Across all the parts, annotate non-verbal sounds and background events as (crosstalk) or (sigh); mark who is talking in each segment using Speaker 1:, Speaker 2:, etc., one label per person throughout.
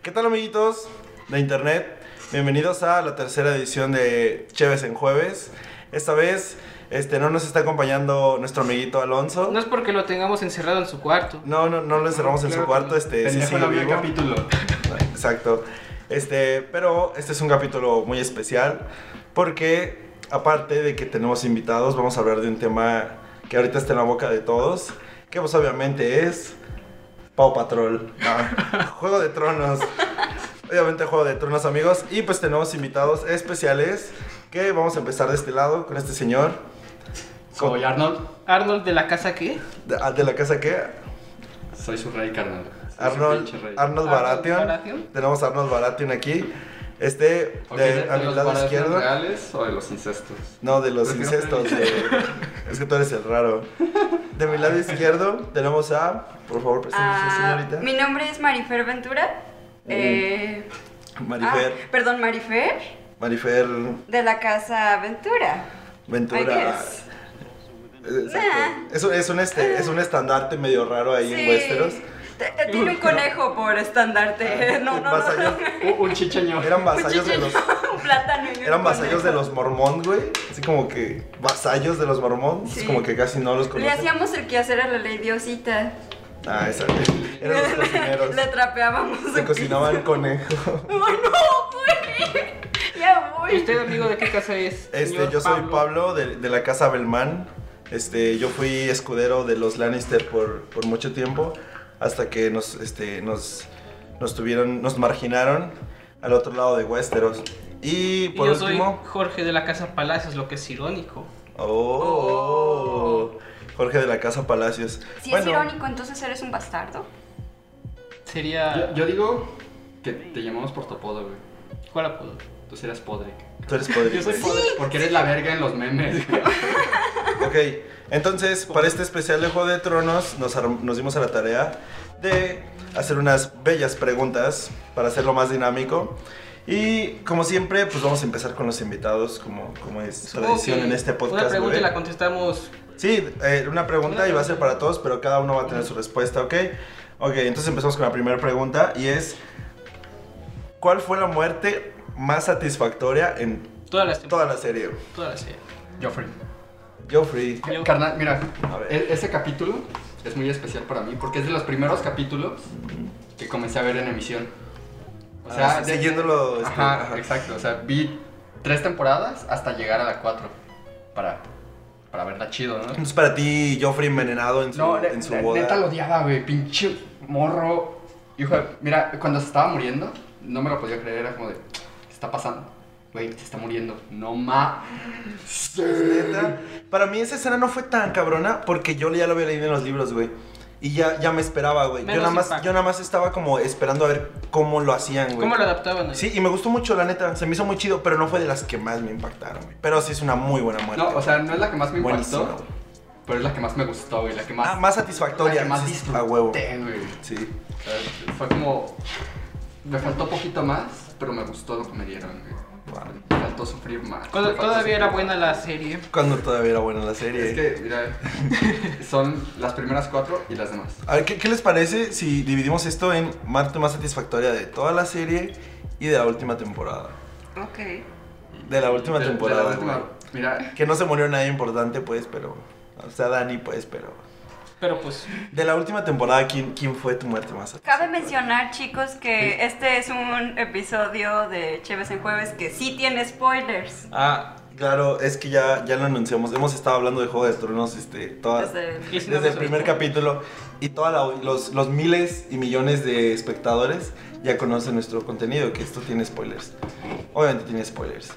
Speaker 1: ¿Qué tal amiguitos de internet? Bienvenidos a la tercera edición de Cheves en Jueves. Esta vez este, no nos está acompañando nuestro amiguito Alonso.
Speaker 2: No es porque lo tengamos encerrado en su cuarto.
Speaker 1: No, no, no lo encerramos en
Speaker 2: Claro
Speaker 1: su
Speaker 2: que
Speaker 1: cuarto,
Speaker 2: no.
Speaker 1: este, sí
Speaker 3: Pendejo,
Speaker 1: sigue
Speaker 3: no vio el
Speaker 1: vivo.
Speaker 3: capítulo.
Speaker 1: Exacto. Este, pero este es un capítulo muy especial porque aparte de que tenemos invitados, vamos a hablar de un tema que ahorita está en la boca de todos, que pues obviamente es Pau Patrol, Ah,
Speaker 3: (laughs)
Speaker 1: Juego de Tronos. Obviamente Juego de Tronos, amigos, y pues tenemos invitados especiales que vamos a empezar de este lado con este señor
Speaker 3: Soy Arnold.
Speaker 2: Arnold de la casa qué?
Speaker 1: de, ah, de la casa que
Speaker 3: Soy su rey, carnal. Soy su pinche
Speaker 1: Arnold,
Speaker 3: rey.
Speaker 1: Arnold
Speaker 2: Arnold
Speaker 1: Baratheon.
Speaker 2: Baratheon.
Speaker 1: Tenemos a Arnold Baratheon aquí. Este,
Speaker 3: Ok,
Speaker 1: de- a mi
Speaker 3: los
Speaker 1: lado
Speaker 3: Baratheon ah,
Speaker 1: izquierdo.
Speaker 3: reales o de los incestos?
Speaker 1: No, de los
Speaker 3: Creo que no
Speaker 1: incestos.
Speaker 3: soy-
Speaker 1: de- Es que tú eres el raro. De mi lado izquierdo tenemos a. Por favor, preséntese,
Speaker 4: Ah,
Speaker 1: señorita.
Speaker 4: mi nombre es Marifer Ventura. Eh,
Speaker 1: Marifer.
Speaker 4: ah, perdón, Marifer.
Speaker 1: Marifer
Speaker 4: De la casa Ventura. I
Speaker 1: Ventura.
Speaker 4: guess.
Speaker 1: Exacto. Es, un- es un este, es un estandarte medio raro ahí en Westeros.
Speaker 4: T- eh, Tiene un conejo por
Speaker 1: Ah,
Speaker 4: estandarte. (laughs) No, no, no.
Speaker 1: Vasallos-
Speaker 4: no.
Speaker 3: U- un chicheño.
Speaker 1: Eran
Speaker 4: Un
Speaker 1: vasallos de
Speaker 4: chichén-
Speaker 1: los.
Speaker 4: (laughs) un plátano. y un
Speaker 1: Eran vasallos
Speaker 4: conejo.
Speaker 1: de los mormón, güey. Así como que vasallos de los mormón. Es
Speaker 4: Sí.
Speaker 1: como que casi no los
Speaker 4: Le
Speaker 1: conocen.
Speaker 4: hacíamos el quehacer a la lady Osita.
Speaker 1: Ah, exacto. Eran los cocineros.
Speaker 4: (laughs) Le trapeábamos.
Speaker 1: Se
Speaker 4: su
Speaker 1: cocinaban conejo.
Speaker 4: piso. ¡Oh, (laughs) no, güey! (laughs) Ya voy.
Speaker 2: ¿Y usted, amigo, de qué casa es?
Speaker 1: Este,
Speaker 2: señor
Speaker 1: yo soy Pablo de, de la casa Belmán. Este, yo fui escudero de los Lannister por, por mucho tiempo, hasta que nos, este, nos, nos tuvieron, nos marginaron al otro lado de Westeros. Y
Speaker 2: Y
Speaker 1: por
Speaker 2: yo
Speaker 1: último,
Speaker 2: soy Jorge de la casa Palacios, lo que es irónico.
Speaker 1: oh, Jorge de la casa Palacios.
Speaker 4: Si es irónico, entonces eres un bastardo.
Speaker 2: Sería...
Speaker 3: Yo, yo digo que te llamamos por tu apodo, güey.
Speaker 2: ¿Cuál apodo?
Speaker 3: Tú serás Podrick.
Speaker 1: tú eres podrido.
Speaker 2: Yo soy Podrick.
Speaker 3: Porque eres la verga en los memes.
Speaker 1: Ok, entonces para este especial de Juego de Tronos nos, arm- nos dimos a la tarea de hacer unas bellas preguntas para hacerlo más dinámico. Y como siempre, pues vamos a empezar con los invitados, como, como es
Speaker 2: Supongo
Speaker 1: tradición
Speaker 2: que
Speaker 1: en este podcast.
Speaker 2: Una pregunta
Speaker 1: bebé.
Speaker 2: y la contestamos...
Speaker 1: Sí, eh, una pregunta y va a ser para todos, pero cada uno va a tener su respuesta, ¿ok? Ok, entonces empezamos con la primera pregunta y es, ¿cuál fue la muerte más satisfactoria en
Speaker 2: Todas las
Speaker 1: toda
Speaker 2: temporadas.
Speaker 1: la serie?
Speaker 2: Todas las series.
Speaker 3: Joffrey.
Speaker 1: Joffrey.
Speaker 2: Yo-
Speaker 3: Carnal, mira,
Speaker 1: A ver.
Speaker 3: e- ese capítulo es muy especial para mí porque es de los primeros capítulos que comencé a ver en emisión. O
Speaker 1: Ah,
Speaker 3: sea,
Speaker 1: sí,
Speaker 3: de-
Speaker 1: siguiéndolo, este,
Speaker 3: Ajá,
Speaker 1: ajá.
Speaker 3: exacto. O sea, vi tres temporadas hasta llegar a la cuatro para, para verla chido, ¿no?
Speaker 1: Entonces para ti, Joffrey envenenado en su,
Speaker 3: No, ne-
Speaker 1: en su
Speaker 3: ne-
Speaker 1: boda.
Speaker 3: neta lo odiaba, güey, pinche morro. Hijo, de- mira, cuando se estaba muriendo, no me lo podía creer, era como de, ¿qué está pasando? Güey, se está muriendo. No ma.
Speaker 1: Neta, Para mí esa escena no fue tan cabrona porque yo ya lo había leído en los libros, güey. Y ya, ya me esperaba, güey. Yo
Speaker 2: Menos
Speaker 1: nada, más,
Speaker 2: impacto.
Speaker 1: yo nada más estaba como esperando a ver cómo lo hacían, güey.
Speaker 2: ¿Cómo lo adaptaban? ahí?
Speaker 1: Sí, y me gustó mucho, la neta. Se me hizo muy chido, pero no fue de las que más me impactaron, güey. Pero sí es una muy buena muerte.
Speaker 3: No, o sea, no es la que más me impactó,
Speaker 1: Buenísima, güey.
Speaker 3: pero es la que más me gustó, güey, la que más.
Speaker 1: Ah, más
Speaker 3: la
Speaker 1: satisfactoria.
Speaker 3: que más
Speaker 1: sí,
Speaker 3: disfruté,
Speaker 1: a huevo.
Speaker 3: güey.
Speaker 1: Sí.
Speaker 3: O sea, Fue como. Me faltó poquito más, pero me gustó lo que me dieron, güey.
Speaker 1: Vale.
Speaker 3: Me faltó sufrir más.
Speaker 2: Cuando
Speaker 3: me faltó
Speaker 2: todavía
Speaker 3: sufrir
Speaker 2: era
Speaker 3: más.
Speaker 2: buena la serie.
Speaker 1: Cuando todavía era buena la serie.
Speaker 3: Es que,
Speaker 1: (laughs)
Speaker 3: mira, son las primeras cuatro y las demás.
Speaker 1: A ver, ¿qué, qué les parece si dividimos esto en muerte más satisfactoria de toda la serie y de la última temporada?
Speaker 4: Ok.
Speaker 1: De la última
Speaker 3: De- de la
Speaker 1: temporada,
Speaker 3: última-
Speaker 1: güey.
Speaker 3: Mira,
Speaker 1: Que no se murió nadie importante, pues, pero. O sea, Dani, pues, pero.
Speaker 2: Pero pues...
Speaker 1: De la última temporada, ¿quién, quién fue tu muerte más satisfactoria?
Speaker 4: Cabe mencionar, chicos, que este es un episodio de Cheves en Jueves que sí tiene spoilers.
Speaker 1: Ah, claro, es que ya, ya lo anunciamos. Hemos estado hablando de Juego de Tronos este, toda- desde,
Speaker 4: Desde-
Speaker 2: Y si no
Speaker 1: el
Speaker 2: me
Speaker 1: primer
Speaker 2: sorprende.
Speaker 1: capítulo. Y todos los, los miles y millones de espectadores ya conocen nuestro contenido, que esto tiene spoilers. Obviamente tiene spoilers.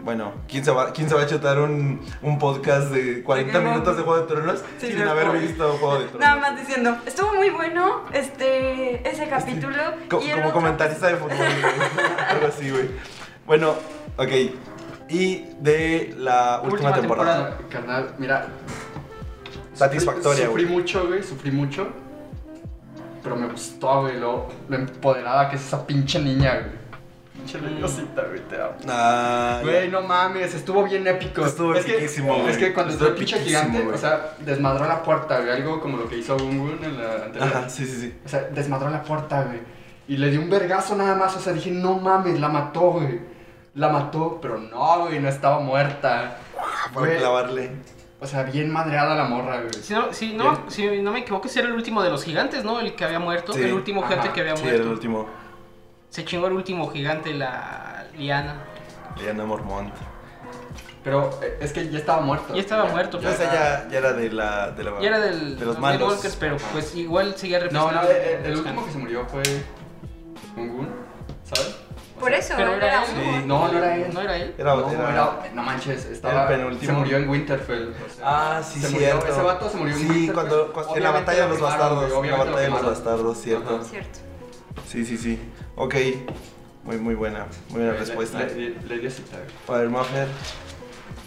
Speaker 1: Bueno, ¿quién se va, quién se va a chutar un, un podcast de 40
Speaker 4: Porque no-
Speaker 1: minutos de Juego de Tronos
Speaker 4: Sí,
Speaker 1: sin
Speaker 4: no,
Speaker 1: haber
Speaker 4: por-
Speaker 1: visto Juego de Tronos?
Speaker 4: Nada más diciendo, estuvo muy bueno este ese capítulo.
Speaker 1: Co-
Speaker 4: y el
Speaker 1: como
Speaker 4: otro-
Speaker 1: comentarista de fútbol,
Speaker 4: (laughs)
Speaker 1: güey. algo así, güey. Bueno, ok. Y de la última,
Speaker 2: Última
Speaker 1: temporada.
Speaker 2: temporada.
Speaker 3: carnal, mira.
Speaker 1: Satisfactoria,
Speaker 3: sufrí, sufrí
Speaker 1: güey.
Speaker 3: mucho, güey, sufrí mucho. Pero me gustó, güey, lo, lo empoderada que es esa pinche niña, güey. Pinche leñosita, güey, te amo.
Speaker 1: Mm. Ah,
Speaker 3: Güey, no mames, estuvo bien épico.
Speaker 1: Estuvo
Speaker 3: es
Speaker 1: epiquísimo,
Speaker 3: que,
Speaker 1: güey.
Speaker 3: Es que cuando
Speaker 1: Estuvo
Speaker 3: entró el pinche
Speaker 1: epiquísimo,
Speaker 3: gigante,
Speaker 1: güey.
Speaker 3: o sea, desmadró la puerta, güey. Algo como lo que hizo Gungun en la anterior.
Speaker 1: Ajá, sí, sí, sí.
Speaker 3: O sea, desmadró la puerta, güey. Y le di un vergazo nada más, o sea, dije, no mames, la mató, güey. La mató, pero no, güey, no estaba muerta.
Speaker 1: Para
Speaker 3: Güey.
Speaker 1: clavarle.
Speaker 3: O sea, bien madreada la morra, güey.
Speaker 2: Si no, si, no, si no me equivoco, ese era el último de los gigantes, ¿no? El que había muerto.
Speaker 1: Sí.
Speaker 2: El último
Speaker 3: Ajá,
Speaker 2: gigante que había
Speaker 1: Sí, era
Speaker 2: muerto.
Speaker 1: el último.
Speaker 2: Se chingó el último gigante, la liana.
Speaker 1: Liana Mormont.
Speaker 3: Pero eh, es que ya estaba muerto.
Speaker 2: Ya estaba muerto,
Speaker 1: Ya,
Speaker 2: pero-
Speaker 1: esa ya, ya era de la. De la
Speaker 2: Y era del
Speaker 1: de los
Speaker 2: White
Speaker 1: malos.
Speaker 2: Walkers, pero pues igual seguía
Speaker 3: No, no,
Speaker 2: representando.
Speaker 3: el, el- el
Speaker 2: los
Speaker 3: último que
Speaker 2: canos.
Speaker 3: se murió fue. Kungun, ¿sabes? O
Speaker 4: Por
Speaker 3: sea,
Speaker 4: eso,
Speaker 2: Pero
Speaker 4: él era
Speaker 2: era
Speaker 4: un
Speaker 1: Sí.
Speaker 4: bot.
Speaker 3: No, no era él.
Speaker 2: No era él.
Speaker 1: Era,
Speaker 3: no,
Speaker 1: era-
Speaker 3: era- no manches,
Speaker 1: el
Speaker 3: estaba.
Speaker 1: penúltimo.
Speaker 3: Se murió en Winterfell. o sea,
Speaker 1: Ah, sí,
Speaker 3: se murió-
Speaker 1: cierto.
Speaker 3: ese vato se murió en
Speaker 1: Sí,
Speaker 3: Winterfell.
Speaker 1: cuando, cuando- en la
Speaker 3: Obviamente
Speaker 1: batalla de
Speaker 3: lo
Speaker 1: los
Speaker 3: quemaron,
Speaker 1: bastardos.
Speaker 3: güey,
Speaker 1: En la
Speaker 3: obviamente lo
Speaker 1: batalla de los
Speaker 3: quemaron.
Speaker 1: bastardos, cierto.
Speaker 3: Ajá.
Speaker 4: Cierto.
Speaker 1: Sí, sí, sí. Ok. Muy, muy buena. Muy buena
Speaker 3: Le-
Speaker 1: respuesta.
Speaker 3: Le, le- le dio cita, güey.
Speaker 1: A ver, Maffer.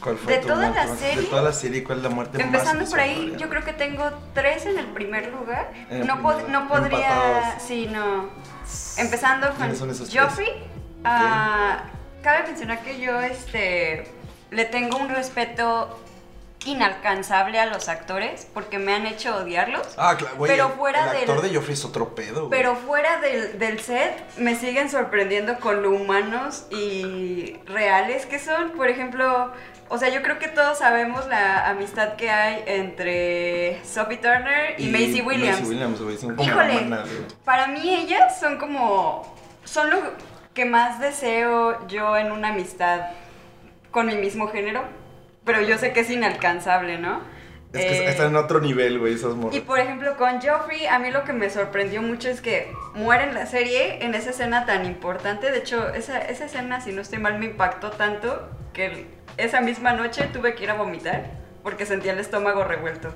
Speaker 1: ¿Cuál fue
Speaker 4: De
Speaker 1: tu
Speaker 4: toda la
Speaker 1: muerte más- De
Speaker 4: serie-
Speaker 1: toda la serie, ¿cuál es la muerte más
Speaker 4: Empezando por ahí,
Speaker 1: desagradable?
Speaker 4: yo creo que tengo tres en el primer lugar.
Speaker 1: En el
Speaker 4: no, pod-
Speaker 1: primer-
Speaker 4: no podría.
Speaker 1: empatados.
Speaker 4: Sí, no. Empezando con
Speaker 1: ¿Quiénes son esos tres?
Speaker 4: Joffrey. ah, cabe mencionar que yo este, le tengo un respeto inalcanzable a los actores porque me han hecho odiarlos.
Speaker 1: Ah, claro, güey.
Speaker 4: Pero
Speaker 1: el-
Speaker 4: fuera
Speaker 1: el
Speaker 4: del-
Speaker 1: actor de Joffrey es otro pedo. güey.
Speaker 4: Pero fuera del, del set me siguen sorprendiendo con lo humanos y reales que son. Por ejemplo, o sea, yo creo que todos sabemos la amistad que hay entre Sophie Turner y, Maisie Williams.
Speaker 1: Maisie Williams, güey. Son como
Speaker 4: Híjole.
Speaker 1: hermanas, güey.
Speaker 4: Para mí ellas son como... son lo que más deseo yo en una amistad con mi mismo género. Pero yo sé que es inalcanzable, ¿no?
Speaker 1: Es que
Speaker 4: Eh,
Speaker 1: están en otro nivel, güey, esas morras.
Speaker 4: y por ejemplo, con Joffrey, a mí lo que me sorprendió mucho es que muere en la serie en esa escena tan importante. De hecho, esa, esa escena, si no estoy mal, me impactó tanto que el- esa misma noche tuve que ir a vomitar porque sentía el estómago revuelto.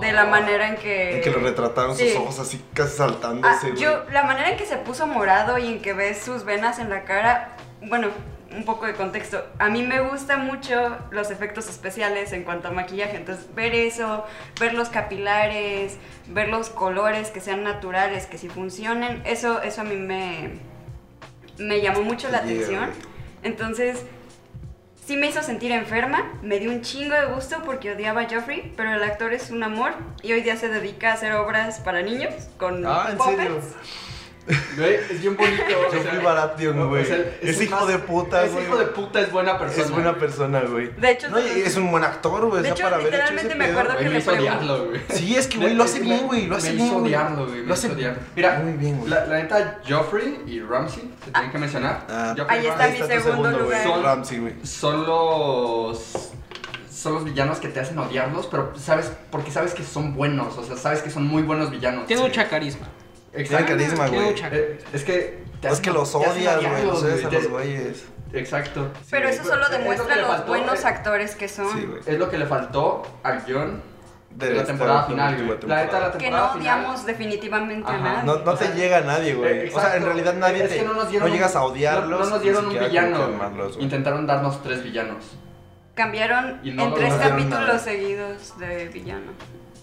Speaker 4: De la manera en que.
Speaker 1: Oh. En que lo retrataron
Speaker 4: sí.
Speaker 1: sus ojos así casi
Speaker 4: Ah,
Speaker 1: saltándose, güey.
Speaker 4: yo, la manera en que se puso morado y en que ves sus venas en la cara, bueno, un poco de contexto. A mí me gustan mucho los efectos especiales en cuanto a maquillaje, entonces ver eso, ver los capilares, ver los colores que sean naturales, que si funcionen, eso, eso a mí me, me llamó mucho la
Speaker 1: Te llega,
Speaker 4: atención.
Speaker 1: güey.
Speaker 4: Entonces, sí me hizo sentir enferma, me dio un chingo de gusto porque odiaba a Joffrey, pero el actor es un amor y hoy día se dedica a hacer obras para niños con
Speaker 1: Ah, en
Speaker 4: puppets.
Speaker 1: serio.
Speaker 3: Güey, es bien bonito. o sea,
Speaker 1: Joffrey Baratheon, güey.
Speaker 3: o sea,
Speaker 1: Es
Speaker 3: el
Speaker 1: hijo
Speaker 3: más-
Speaker 1: de puta,
Speaker 3: Es
Speaker 1: güey.
Speaker 3: hijo de puta, es buena persona.
Speaker 1: Es buena persona, güey.
Speaker 4: De hecho,
Speaker 1: No, y es un buen actor, güey.
Speaker 4: de
Speaker 1: o sea,
Speaker 4: hecho,
Speaker 1: para haber hecho
Speaker 4: literalmente
Speaker 1: ese
Speaker 4: me
Speaker 1: pedo.
Speaker 4: acuerdo
Speaker 3: Güey,
Speaker 4: que
Speaker 3: me
Speaker 4: le
Speaker 3: hizo
Speaker 4: pregunté.
Speaker 3: odiarlo, güey.
Speaker 1: Sí, es que, güey, lo hace
Speaker 3: Me-
Speaker 1: bien, güey. Lo hace
Speaker 3: me
Speaker 1: bien.
Speaker 3: hizo
Speaker 1: güey.
Speaker 3: odiarlo, güey. me
Speaker 1: Lo hace
Speaker 3: hizo odiarlo. Mira,
Speaker 1: Mira, muy bien, güey.
Speaker 3: La, la neta, Joffrey y Ramsey, se tienen que mencionar.
Speaker 1: Ah,
Speaker 3: Joffrey
Speaker 4: Ahí
Speaker 3: y
Speaker 4: está
Speaker 1: Ahí
Speaker 4: mi
Speaker 3: Ramsey
Speaker 1: tu
Speaker 4: segundo
Speaker 1: güey.
Speaker 3: lugar.
Speaker 1: Ramsey, güey.
Speaker 3: Son los. Son los villanos que te hacen odiarlos, pero sabes, porque sabes que son buenos, o sea, sabes que son muy buenos villanos.
Speaker 2: Tiene
Speaker 1: Sí.
Speaker 2: mucha carisma.
Speaker 1: Tiene
Speaker 3: Exacto.
Speaker 1: carisma,
Speaker 2: Tiene
Speaker 1: güey.
Speaker 2: mucha-
Speaker 3: Eh, es que. te
Speaker 1: Es
Speaker 3: hacen-
Speaker 1: que los
Speaker 3: te hacen
Speaker 1: odias, güey.
Speaker 3: odiarlos,
Speaker 1: Los odias a
Speaker 3: güey,
Speaker 1: los
Speaker 3: te-
Speaker 1: güeyes.
Speaker 3: Exacto.
Speaker 4: Pero eso solo
Speaker 3: Es lo que
Speaker 4: demuestra
Speaker 3: le
Speaker 4: los
Speaker 3: faltó,
Speaker 4: buenos
Speaker 3: eh.
Speaker 4: actores que son.
Speaker 1: Sí, güey.
Speaker 3: Es lo que le faltó al guión de, la
Speaker 1: esta
Speaker 3: temporada
Speaker 1: última
Speaker 3: final, güey. La
Speaker 1: temporada.
Speaker 3: neta, la
Speaker 4: que no
Speaker 3: temporada final.
Speaker 4: odiamos definitivamente a
Speaker 3: Ajá.
Speaker 4: nadie.
Speaker 1: No, no
Speaker 3: O
Speaker 1: te
Speaker 3: sea,
Speaker 1: llega a nadie,
Speaker 3: Eh,
Speaker 1: güey. O sea, en
Speaker 3: exacto.
Speaker 1: realidad nadie
Speaker 3: Es
Speaker 1: te.
Speaker 3: que no, nos dieron un-
Speaker 1: llegas a odiarlos.
Speaker 3: No, no nos
Speaker 1: ni
Speaker 3: dieron un
Speaker 1: siquiera como que
Speaker 3: villano. güey.
Speaker 1: amarlos, güey.
Speaker 3: Intentaron darnos tres villanos.
Speaker 4: Cambiaron
Speaker 3: Y no
Speaker 4: en
Speaker 3: lo
Speaker 4: tres
Speaker 1: lograron
Speaker 4: capítulos
Speaker 1: nada.
Speaker 4: seguidos de villano.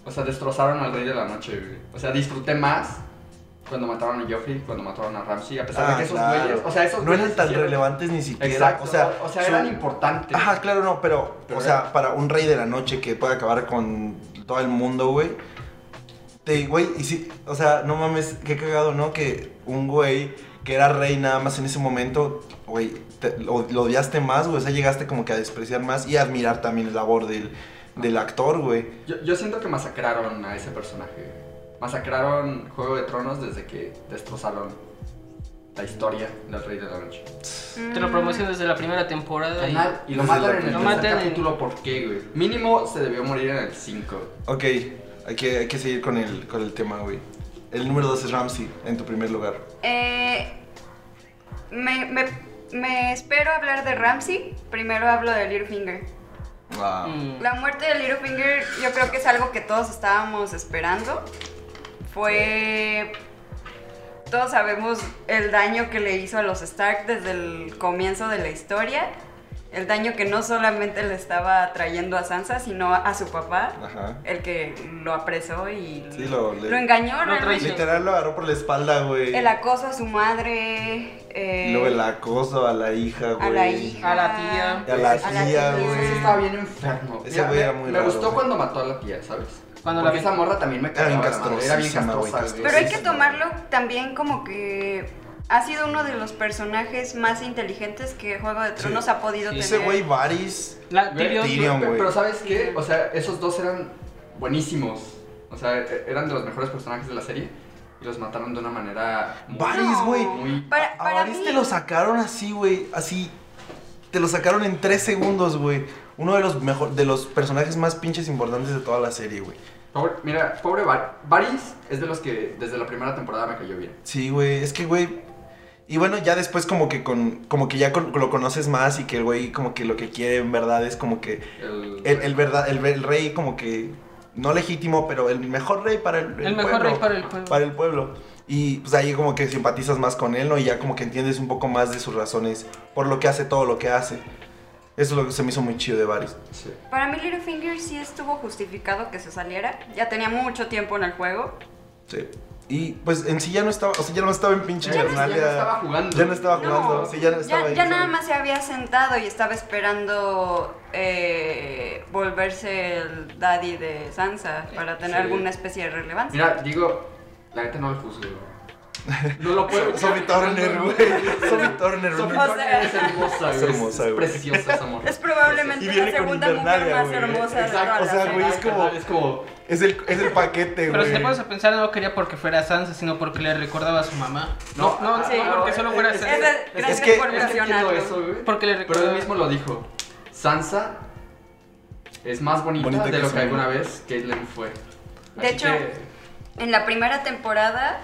Speaker 3: O sea, destrozaron al Rey de la Noche, güey. O sea, disfruté más cuando mataron a Joffrey, cuando mataron a Ramsey, a pesar de
Speaker 1: Ah,
Speaker 3: que esos
Speaker 1: claro.
Speaker 3: güeyes, o sea, esos
Speaker 1: no eran
Speaker 3: güeyes
Speaker 1: tan
Speaker 3: hicieron-
Speaker 1: relevantes ni siquiera.
Speaker 3: Exacto.
Speaker 1: o sea, su-
Speaker 3: eran importantes.
Speaker 1: Ajá, claro, no, pero,
Speaker 3: Pero
Speaker 1: o
Speaker 3: era-
Speaker 1: sea, para un rey de la noche que puede acabar con todo el mundo, güey. Te, güey, y sí, o sea, no mames, qué cagado, ¿no? Que un güey que era rey nada más en ese momento, güey, te- lo, lo odiaste más, güey. O sea, llegaste como que a despreciar más y a admirar también el labor del, del actor, güey.
Speaker 3: Yo, yo siento que masacraron a ese personaje. güey. Masacraron Juego de Tronos desde que destrozaron la historia del Rey de la Noche.
Speaker 2: Te lo promocionan desde la primera temporada. y-
Speaker 3: Carnal, y
Speaker 1: Desde
Speaker 3: lo
Speaker 1: la
Speaker 3: matan en el
Speaker 1: primera.
Speaker 2: Lo matan
Speaker 3: tercer
Speaker 2: en-
Speaker 3: capítulo, ¿por qué, güey? Mínimo se debió morir en el 5.
Speaker 1: Ok, hay que, hay que seguir con el, con el tema, güey. El número dos es Ramsey, en tu primer lugar.
Speaker 4: Eh, me, me, me espero hablar de Ramsey. Primero hablo de Littlefinger.
Speaker 1: Ah,
Speaker 2: Mm.
Speaker 4: La muerte de Littlefinger yo creo que es algo que todos estábamos esperando. Fue... Todos sabemos el daño que le hizo a los Stark desde el comienzo de la historia. El daño que no solamente le estaba trayendo a Sansa, sino a su papá,
Speaker 1: Ajá.
Speaker 4: el que lo apresó y
Speaker 1: Sí, lo- le-
Speaker 4: lo engañó.
Speaker 2: Lo
Speaker 4: realmente.
Speaker 2: traicionó.
Speaker 1: Literal lo agarró por la espalda, güey.
Speaker 4: El acoso a su madre. eh,
Speaker 1: Luego el acoso a la hija, güey.
Speaker 4: a la hija.
Speaker 2: A la tía.
Speaker 1: A la tía,
Speaker 3: Ese
Speaker 1: güey.
Speaker 3: sí estaba bien enfermo.
Speaker 1: Ese
Speaker 3: Mira,
Speaker 1: güey
Speaker 3: me-
Speaker 1: era muy
Speaker 3: Me
Speaker 1: raro,
Speaker 3: gustó
Speaker 1: güey.
Speaker 3: cuando mató a la tía, ¿sabes?
Speaker 2: Cuando la
Speaker 3: Porque
Speaker 2: vi.
Speaker 3: esa morra también me
Speaker 1: Era bien
Speaker 3: cagaba la madre, Era bien
Speaker 1: castrosísima, güey,
Speaker 3: castrosa, güey.
Speaker 4: Pero hay que
Speaker 1: Sí, sí.
Speaker 4: tomarlo también como que ha sido uno de los personajes más inteligentes que Juego de Tronos
Speaker 1: Sí.
Speaker 4: ha podido
Speaker 2: Sí.
Speaker 4: tener.
Speaker 1: Ese güey Varys.
Speaker 2: La
Speaker 3: Güey,
Speaker 2: Tyrion.
Speaker 1: Tyrion.
Speaker 3: pero,
Speaker 1: güey.
Speaker 3: pero ¿sabes qué? O sea, esos dos eran buenísimos. O sea, e- eran de los mejores personajes de la serie. Y los mataron de una manera muy...
Speaker 1: Varios, Varys, güey.
Speaker 3: Muy-
Speaker 4: Para,
Speaker 1: a
Speaker 4: para
Speaker 1: Varys
Speaker 4: mí,
Speaker 1: te lo sacaron así, güey. Así. Te lo sacaron en tres segundos, güey. Uno de los mejor, de los personajes más pinches importantes de toda la serie, güey.
Speaker 3: Pobre- mira, pobre Var- Varys es de los que desde la primera temporada me cayó bien.
Speaker 1: Sí, güey, es que, güey. Y bueno, ya después como que con, como que ya con- lo conoces más y que el güey como que lo que quiere en verdad es como que
Speaker 3: El,
Speaker 1: el, el verdad, el, el rey como que no legítimo, pero el mejor rey para el,
Speaker 2: El mejor
Speaker 1: pueblo,
Speaker 2: rey para el pueblo.
Speaker 1: para el pueblo. Y pues ahí como que simpatizas más con él, ¿no? Y ya como que entiendes un poco más de sus razones por lo que hace todo lo que hace. Eso es lo que se me hizo muy chido de Varys.
Speaker 3: Sí.
Speaker 4: para mí Littlefinger sí estuvo justificado que se saliera. Ya tenía mucho tiempo en el juego.
Speaker 1: Sí. Y pues en sí ya no estaba, o sea, ya no estaba en pinche
Speaker 3: Ya no- ya no
Speaker 1: Invernalia.
Speaker 3: estaba jugando.
Speaker 1: Ya no estaba
Speaker 3: No,
Speaker 1: jugando. sí, ya no estaba ahí,
Speaker 4: ya
Speaker 1: ¿sabes?
Speaker 4: nada más se había sentado y estaba esperando eh, volverse el daddy de Sansa para tener
Speaker 3: Sí.
Speaker 4: alguna especie de relevancia.
Speaker 3: Mira, digo, la neta no lo juzgo. güey. No lo puedo.
Speaker 1: Sophie Turner, güey. Sophie Turner,
Speaker 3: Sophie
Speaker 1: güey.
Speaker 4: O
Speaker 3: Turner
Speaker 4: sea.
Speaker 3: es hermosa, güey.
Speaker 1: Es hermosa,
Speaker 3: es
Speaker 1: güey.
Speaker 3: preciosa esa morra.
Speaker 4: Es probablemente
Speaker 1: Y
Speaker 4: la
Speaker 1: viene con
Speaker 4: segunda mujer
Speaker 1: Invernalia,
Speaker 4: más
Speaker 1: güey.
Speaker 4: hermosa de
Speaker 3: Exacto,
Speaker 4: toda
Speaker 1: o sea,
Speaker 4: la
Speaker 1: güey, es
Speaker 4: serie.
Speaker 1: como-
Speaker 3: Es como.
Speaker 1: Es el, es el paquete, güey.
Speaker 2: Pero si te pones a pensar, no lo quería porque fuera Sansa, sino porque le recordaba a su mamá. No, no,
Speaker 3: ah,
Speaker 2: sí,
Speaker 3: no,
Speaker 2: porque
Speaker 3: es-
Speaker 2: solo fuera
Speaker 3: es-
Speaker 2: Sansa.
Speaker 4: Es-
Speaker 1: gracias que-
Speaker 3: es
Speaker 4: por
Speaker 3: que entiendo
Speaker 4: mencionarlo.
Speaker 3: eso, güey.
Speaker 2: Porque le
Speaker 3: Pero él
Speaker 2: recordaba-
Speaker 3: mismo lo dijo. Sansa es más bonita,
Speaker 1: Bonita
Speaker 3: de
Speaker 1: que
Speaker 3: lo
Speaker 1: su
Speaker 3: que alguna
Speaker 1: mamá.
Speaker 3: vez Caitlyn fue.
Speaker 4: De hecho, En la primera temporada,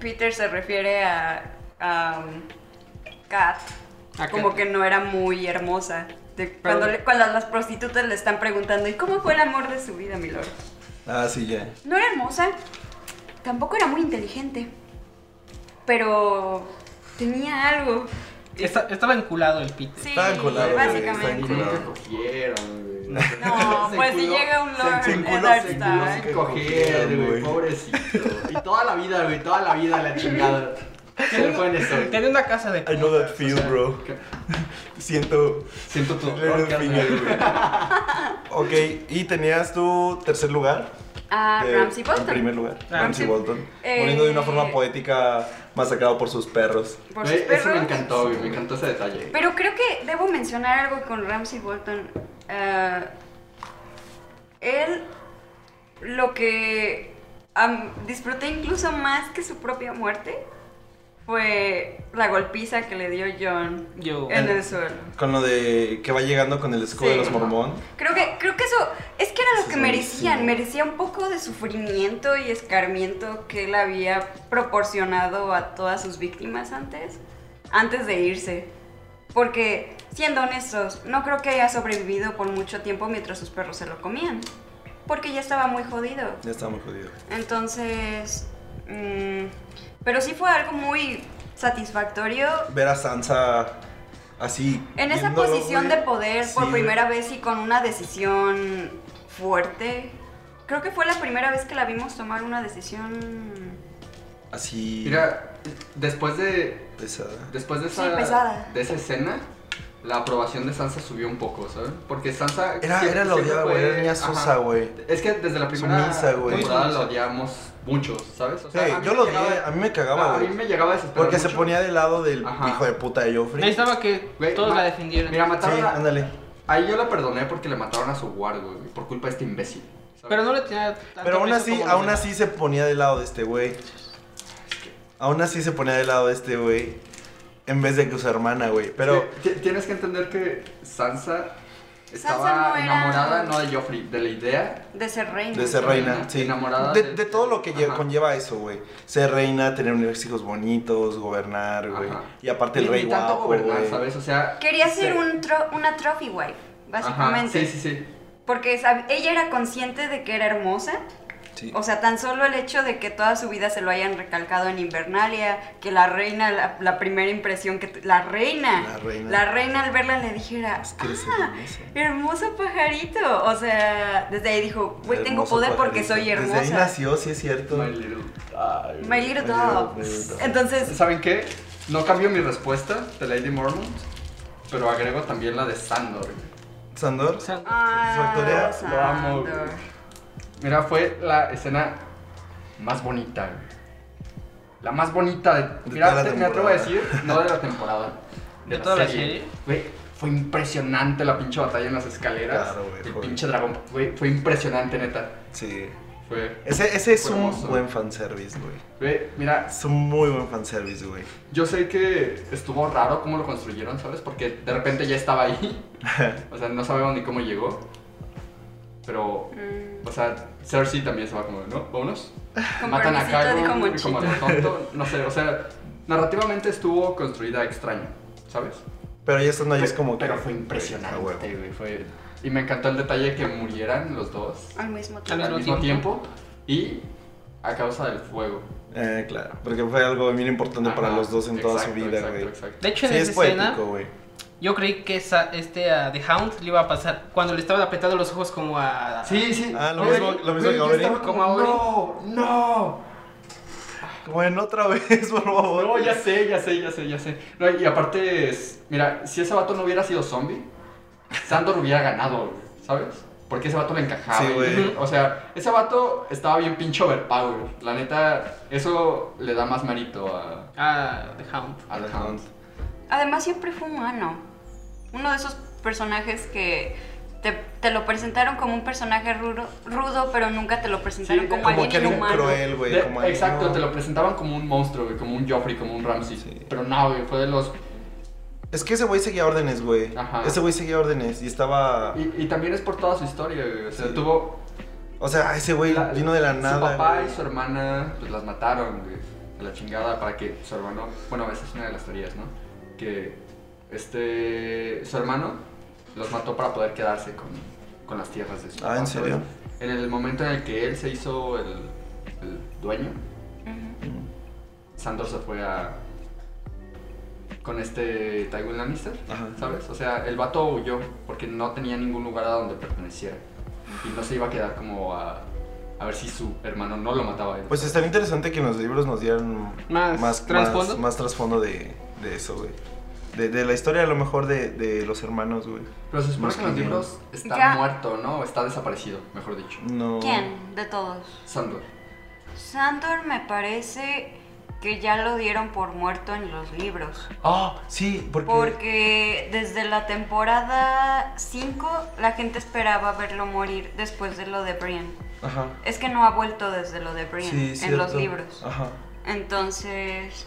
Speaker 4: Peter se refiere a, a um, Kat
Speaker 2: A
Speaker 4: como
Speaker 2: Kat.
Speaker 4: que no era muy hermosa. De- cuando, le- cuando las prostitutas le están preguntando, ¿y cómo fue el amor de su vida, mi lord?
Speaker 1: Ah, sí, ya.
Speaker 4: No era hermosa, tampoco era muy inteligente, pero tenía algo.
Speaker 2: Está, estaba vinculado el Peter.
Speaker 4: Sí,
Speaker 1: Está enculado, güey, está
Speaker 4: básicamente.
Speaker 1: enculado.
Speaker 3: Nunca cogieron, güey.
Speaker 4: No,
Speaker 3: (laughs) Se
Speaker 4: pues si
Speaker 3: enculó-
Speaker 4: llega un
Speaker 3: se
Speaker 4: lord,
Speaker 1: enculó, se
Speaker 4: es Darkstar.
Speaker 1: enculó,
Speaker 3: No
Speaker 1: Ay,
Speaker 3: sé
Speaker 1: qué
Speaker 3: coger,
Speaker 1: cogieron,
Speaker 3: güey,
Speaker 1: güey.
Speaker 3: pobrecito. Y toda la vida, güey, toda la vida la chingada. Se le fue en eso.
Speaker 2: Tenía una casa de.
Speaker 1: I know that feel, bro. (laughs) Siento.
Speaker 3: Siento tu
Speaker 1: Little
Speaker 3: orca,
Speaker 1: finger,
Speaker 3: güey.
Speaker 1: güey. ok, y tenías tu tercer lugar.
Speaker 4: Ah,
Speaker 1: de-
Speaker 4: Ramsey
Speaker 1: En
Speaker 4: Bolton.
Speaker 1: primer lugar,
Speaker 2: Ah.
Speaker 1: Ramsey
Speaker 4: Ramsey-
Speaker 1: Bolton.
Speaker 4: Eh,
Speaker 1: Muriendo de una forma poética, masacrado por sus perros.
Speaker 4: Por sus
Speaker 3: Güey, Eso me
Speaker 4: perros.
Speaker 3: encantó, güey, me encantó ese detalle.
Speaker 4: Pero creo que debo mencionar algo con Ramsey Bolton. Ah, él lo que am, disfruté incluso más que su propia muerte fue la golpiza que le dio John
Speaker 2: Yo.
Speaker 4: en el suelo.
Speaker 1: Con lo de que va llegando con el escudo
Speaker 4: Sí.
Speaker 1: de los mormón.
Speaker 4: Creo que, creo que eso es que era
Speaker 1: Eso
Speaker 4: lo
Speaker 1: es
Speaker 4: que merecían,
Speaker 1: buenísimo.
Speaker 4: merecía un poco de sufrimiento y escarmiento que él había proporcionado a todas sus víctimas antes, antes de irse. Porque, siendo honestos, no creo que haya sobrevivido por mucho tiempo mientras sus perros se lo comían, porque ya estaba muy jodido.
Speaker 1: Ya está muy jodido.
Speaker 4: Entonces, mm, pero sí fue algo muy satisfactorio
Speaker 1: Ver a Sansa así.
Speaker 4: en esa
Speaker 1: viéndolo,
Speaker 4: posición
Speaker 1: güey.
Speaker 4: de poder
Speaker 1: Sí,
Speaker 4: por
Speaker 1: güey.
Speaker 4: primera vez y con una decisión fuerte. Creo que fue la primera vez que la vimos tomar una decisión
Speaker 1: Así.
Speaker 3: Mira, después de.
Speaker 1: Pesada.
Speaker 3: Después de
Speaker 4: Sí,
Speaker 3: esa.
Speaker 4: pesada.
Speaker 3: De esa escena, la aprobación de Sansa subió un poco, ¿sabes? Porque Sansa.
Speaker 1: Era,
Speaker 3: siempre-
Speaker 1: era la
Speaker 3: siempre
Speaker 1: odiada, güey.
Speaker 3: fue-
Speaker 1: Era niña
Speaker 3: ajá.
Speaker 1: sosa, güey.
Speaker 3: Es que desde la primera
Speaker 1: Sumisa, güey.
Speaker 3: temporada
Speaker 2: Muy sumisa.
Speaker 3: la odiamos muchos, ¿sabes? O
Speaker 1: Sí,
Speaker 3: sea, a mí
Speaker 1: yo
Speaker 3: me
Speaker 1: lo odié.
Speaker 3: llegaba-
Speaker 1: A mí me
Speaker 3: a
Speaker 1: cagaba,
Speaker 3: mí
Speaker 1: güey.
Speaker 3: me llegaba a desesperar
Speaker 1: Porque se
Speaker 3: mucho.
Speaker 1: ponía del lado del
Speaker 3: Ajá.
Speaker 1: hijo de puta de Joffrey.
Speaker 2: Necesitaba que
Speaker 3: Güey,
Speaker 2: todos
Speaker 3: ma-
Speaker 2: la defendieran.
Speaker 3: Mira,
Speaker 1: Sí,
Speaker 3: mataron a,
Speaker 1: ándale.
Speaker 3: Ahí yo la perdoné porque le mataron a su guard, güey, por culpa de este imbécil. ¿sabes?
Speaker 2: Pero no le tenía. tanto
Speaker 1: Pero aún
Speaker 2: peso
Speaker 1: así,
Speaker 2: como los
Speaker 1: aún
Speaker 2: demás.
Speaker 1: así se ponía del lado de este güey. Aún así se ponía del lado de este güey. En vez de que su hermana, güey. Pero.
Speaker 3: Ti- Tienes que entender que Sansa estaba
Speaker 4: Sansa no era-
Speaker 3: enamorada, no de Joffrey, de la idea.
Speaker 4: de ser reina.
Speaker 1: De ser reina, sí.
Speaker 3: Enamorada
Speaker 1: de,
Speaker 3: de-
Speaker 1: de todo lo que lle-
Speaker 3: Ajá.
Speaker 1: conlleva eso, güey. Ser reina, tener unos hijos bonitos, gobernar, güey.
Speaker 3: Ajá.
Speaker 1: Y aparte el
Speaker 3: Ni-
Speaker 1: rey
Speaker 3: ni tanto
Speaker 1: guapo,
Speaker 3: gobernar,
Speaker 1: güey.
Speaker 3: ¿sabes? O sea...
Speaker 4: Quería ser
Speaker 3: sí.
Speaker 4: un tro- una trophy wife, básicamente.
Speaker 3: Ajá, sí, sí, sí.
Speaker 4: Porque sab- ella era consciente de que era hermosa.
Speaker 1: Sí.
Speaker 4: O sea, tan solo el hecho de que toda su vida se lo hayan recalcado en Invernalia, que la reina, la, la primera impresión que... tu- La reina.
Speaker 1: La reina.
Speaker 4: La reina al verla le dijera,
Speaker 1: Es que eres
Speaker 4: "Ah,
Speaker 1: hermosa".
Speaker 4: hermoso pajarito. O sea, desde ahí dijo, güey, tengo
Speaker 1: Hermoso
Speaker 4: poder porque
Speaker 1: pajarito.
Speaker 4: soy hermosa.
Speaker 1: Desde ahí nació, sí es cierto.
Speaker 3: My little... Ay,
Speaker 4: My little
Speaker 1: My
Speaker 4: dog.
Speaker 1: little dog.
Speaker 4: Entonces,
Speaker 3: ¿Saben qué? No cambio mi respuesta de Lady Mormont, pero agrego también la de Sandor. güey.
Speaker 1: Sandor.
Speaker 2: O sea,
Speaker 4: ah,
Speaker 1: Factoría,
Speaker 3: lo amo,
Speaker 4: Sandor.
Speaker 3: güey. Mira, fue la escena más bonita, güey. La más bonita de.
Speaker 1: De
Speaker 3: mira,
Speaker 1: toda la
Speaker 3: te- me atrevo a decir,
Speaker 1: temporada.
Speaker 3: no de la temporada. De,
Speaker 2: ¿De toda la serie?
Speaker 3: Güey, fue impresionante la pinche batalla en las escaleras.
Speaker 1: Claro, güey,
Speaker 3: El
Speaker 1: joder.
Speaker 3: pinche dragón. Güey, fue impresionante, neta.
Speaker 1: Sí.
Speaker 3: Fue.
Speaker 1: Ese, ese es
Speaker 3: Fue
Speaker 1: un
Speaker 3: hermoso.
Speaker 1: buen fanservice, güey.
Speaker 3: Güey, mira,
Speaker 1: Es un muy buen fanservice, güey.
Speaker 3: yo sé que estuvo raro cómo lo construyeron, ¿sabes? Porque de repente ya
Speaker 1: (laughs)
Speaker 3: estaba ahí. o sea, no sabemos ni cómo llegó. Pero
Speaker 4: Mm,
Speaker 3: O sea, Cersei también se va como, ¿no? Vámonos.
Speaker 4: Con
Speaker 3: Matan a
Speaker 4: permisito, dijo
Speaker 3: Kylo, y
Speaker 4: Monchito.
Speaker 3: como lo tonto, no sé, o sea, narrativamente estuvo construida extraño, ¿sabes?
Speaker 1: Pero ya estando ahí es como que.
Speaker 3: Pero fue
Speaker 1: Ah,
Speaker 3: impresionante,
Speaker 1: güey.
Speaker 3: güey, fue... Y me encantó el detalle que murieran los dos
Speaker 4: Ah, Al mismo
Speaker 3: al
Speaker 4: tiempo.
Speaker 2: mismo
Speaker 3: mismo, tiempo. y a causa del fuego.
Speaker 1: Eh, claro. Porque fue algo bien importante para
Speaker 3: Ajá,
Speaker 1: los dos en toda su
Speaker 3: exacto,
Speaker 1: vida,
Speaker 3: exacto,
Speaker 1: güey.
Speaker 3: exacto.
Speaker 2: De hecho,
Speaker 1: Sí,
Speaker 2: en
Speaker 1: es
Speaker 2: esa escena,
Speaker 1: poético, güey.
Speaker 2: yo creí que esa, este a The Hound le iba a pasar cuando le estaban apretando los ojos como a.
Speaker 3: Sí, sí.
Speaker 1: Ah, lo
Speaker 3: Güey,
Speaker 1: mismo- lo mismo
Speaker 3: güey,
Speaker 1: que
Speaker 3: yo
Speaker 1: Oberyn.
Speaker 3: estaba como, No, no.
Speaker 1: Bueno, otra (laughs) vez, por favor.
Speaker 3: No, ya sé, ya sé, ya sé, ya sé. No, y aparte, es- mira, si ese vato no hubiera sido zombie, Sandor hubiera ganado, güey, ¿sabes? Porque ese vato le encajaba.
Speaker 1: Sí, güey.
Speaker 3: y- O sea, ese vato estaba bien pinche overpower. La neta, eso le da más mérito a,
Speaker 2: A The Hound.
Speaker 3: al Hound.
Speaker 4: Además, siempre fue humano. Uno de esos personajes que te, te lo presentaron como un personaje rudo, rudo, pero nunca te lo presentaron
Speaker 3: Sí,
Speaker 4: como,
Speaker 1: Como
Speaker 4: alguien
Speaker 1: que era un
Speaker 4: inhumano.
Speaker 1: cruel, güey.
Speaker 3: De-
Speaker 1: como alguien-
Speaker 3: exacto,
Speaker 1: no.
Speaker 3: te lo presentaban como un monstruo, güey, como un Joffrey, como un Ramsey.
Speaker 1: Sí.
Speaker 3: Pero no, güey, fue de los.
Speaker 1: Es que ese güey seguía órdenes, güey.
Speaker 3: Ajá.
Speaker 1: Ese güey seguía órdenes y estaba.
Speaker 3: Y, y también es por toda su historia, güey. O sea,
Speaker 1: Sí.
Speaker 3: tuvo.
Speaker 1: O sea, ese güey
Speaker 3: la-
Speaker 1: vino de la nada.
Speaker 3: Su papá
Speaker 1: güey.
Speaker 3: y su hermana, pues las mataron, güey. A la chingada para que su hermano. Bueno, esa es una de las teorías, ¿no? Que este. Su hermano los mató para poder quedarse con, con las tierras de su
Speaker 1: Ah,
Speaker 3: papá,
Speaker 1: ¿en
Speaker 3: ¿sabes?
Speaker 1: serio?
Speaker 3: En el momento en el que él se hizo el, el dueño,
Speaker 4: Ujú.
Speaker 3: Sandor se fue a. con este Tywin Lannister,
Speaker 1: Ajá.
Speaker 3: ¿sabes? O sea, el vato huyó porque no tenía ningún lugar a donde perteneciera. Y no se iba a quedar como a. a ver si su hermano no lo mataba a él.
Speaker 1: Pues estaría interesante que en los libros nos dieran
Speaker 2: Más trasfondo.
Speaker 1: Más, más trasfondo de, de eso, güey. De, de la historia, a lo mejor, de, de los hermanos, güey.
Speaker 3: Pero se supone
Speaker 1: Más
Speaker 3: que en los
Speaker 1: que bien.
Speaker 3: libros está
Speaker 4: Ya.
Speaker 3: muerto, ¿no? Está desaparecido, mejor dicho.
Speaker 1: No.
Speaker 4: ¿Quién de todos?
Speaker 3: Sandor.
Speaker 4: Sandor me parece que ya lo dieron por muerto en los libros.
Speaker 1: Ah, sí, porque.
Speaker 4: Porque desde la temporada 5 la gente esperaba verlo morir después de lo de Brian.
Speaker 1: Ajá.
Speaker 4: Es que no ha vuelto desde lo de Brian
Speaker 1: Sí,
Speaker 4: en
Speaker 1: cierto.
Speaker 4: los libros.
Speaker 1: Ajá.
Speaker 4: Entonces,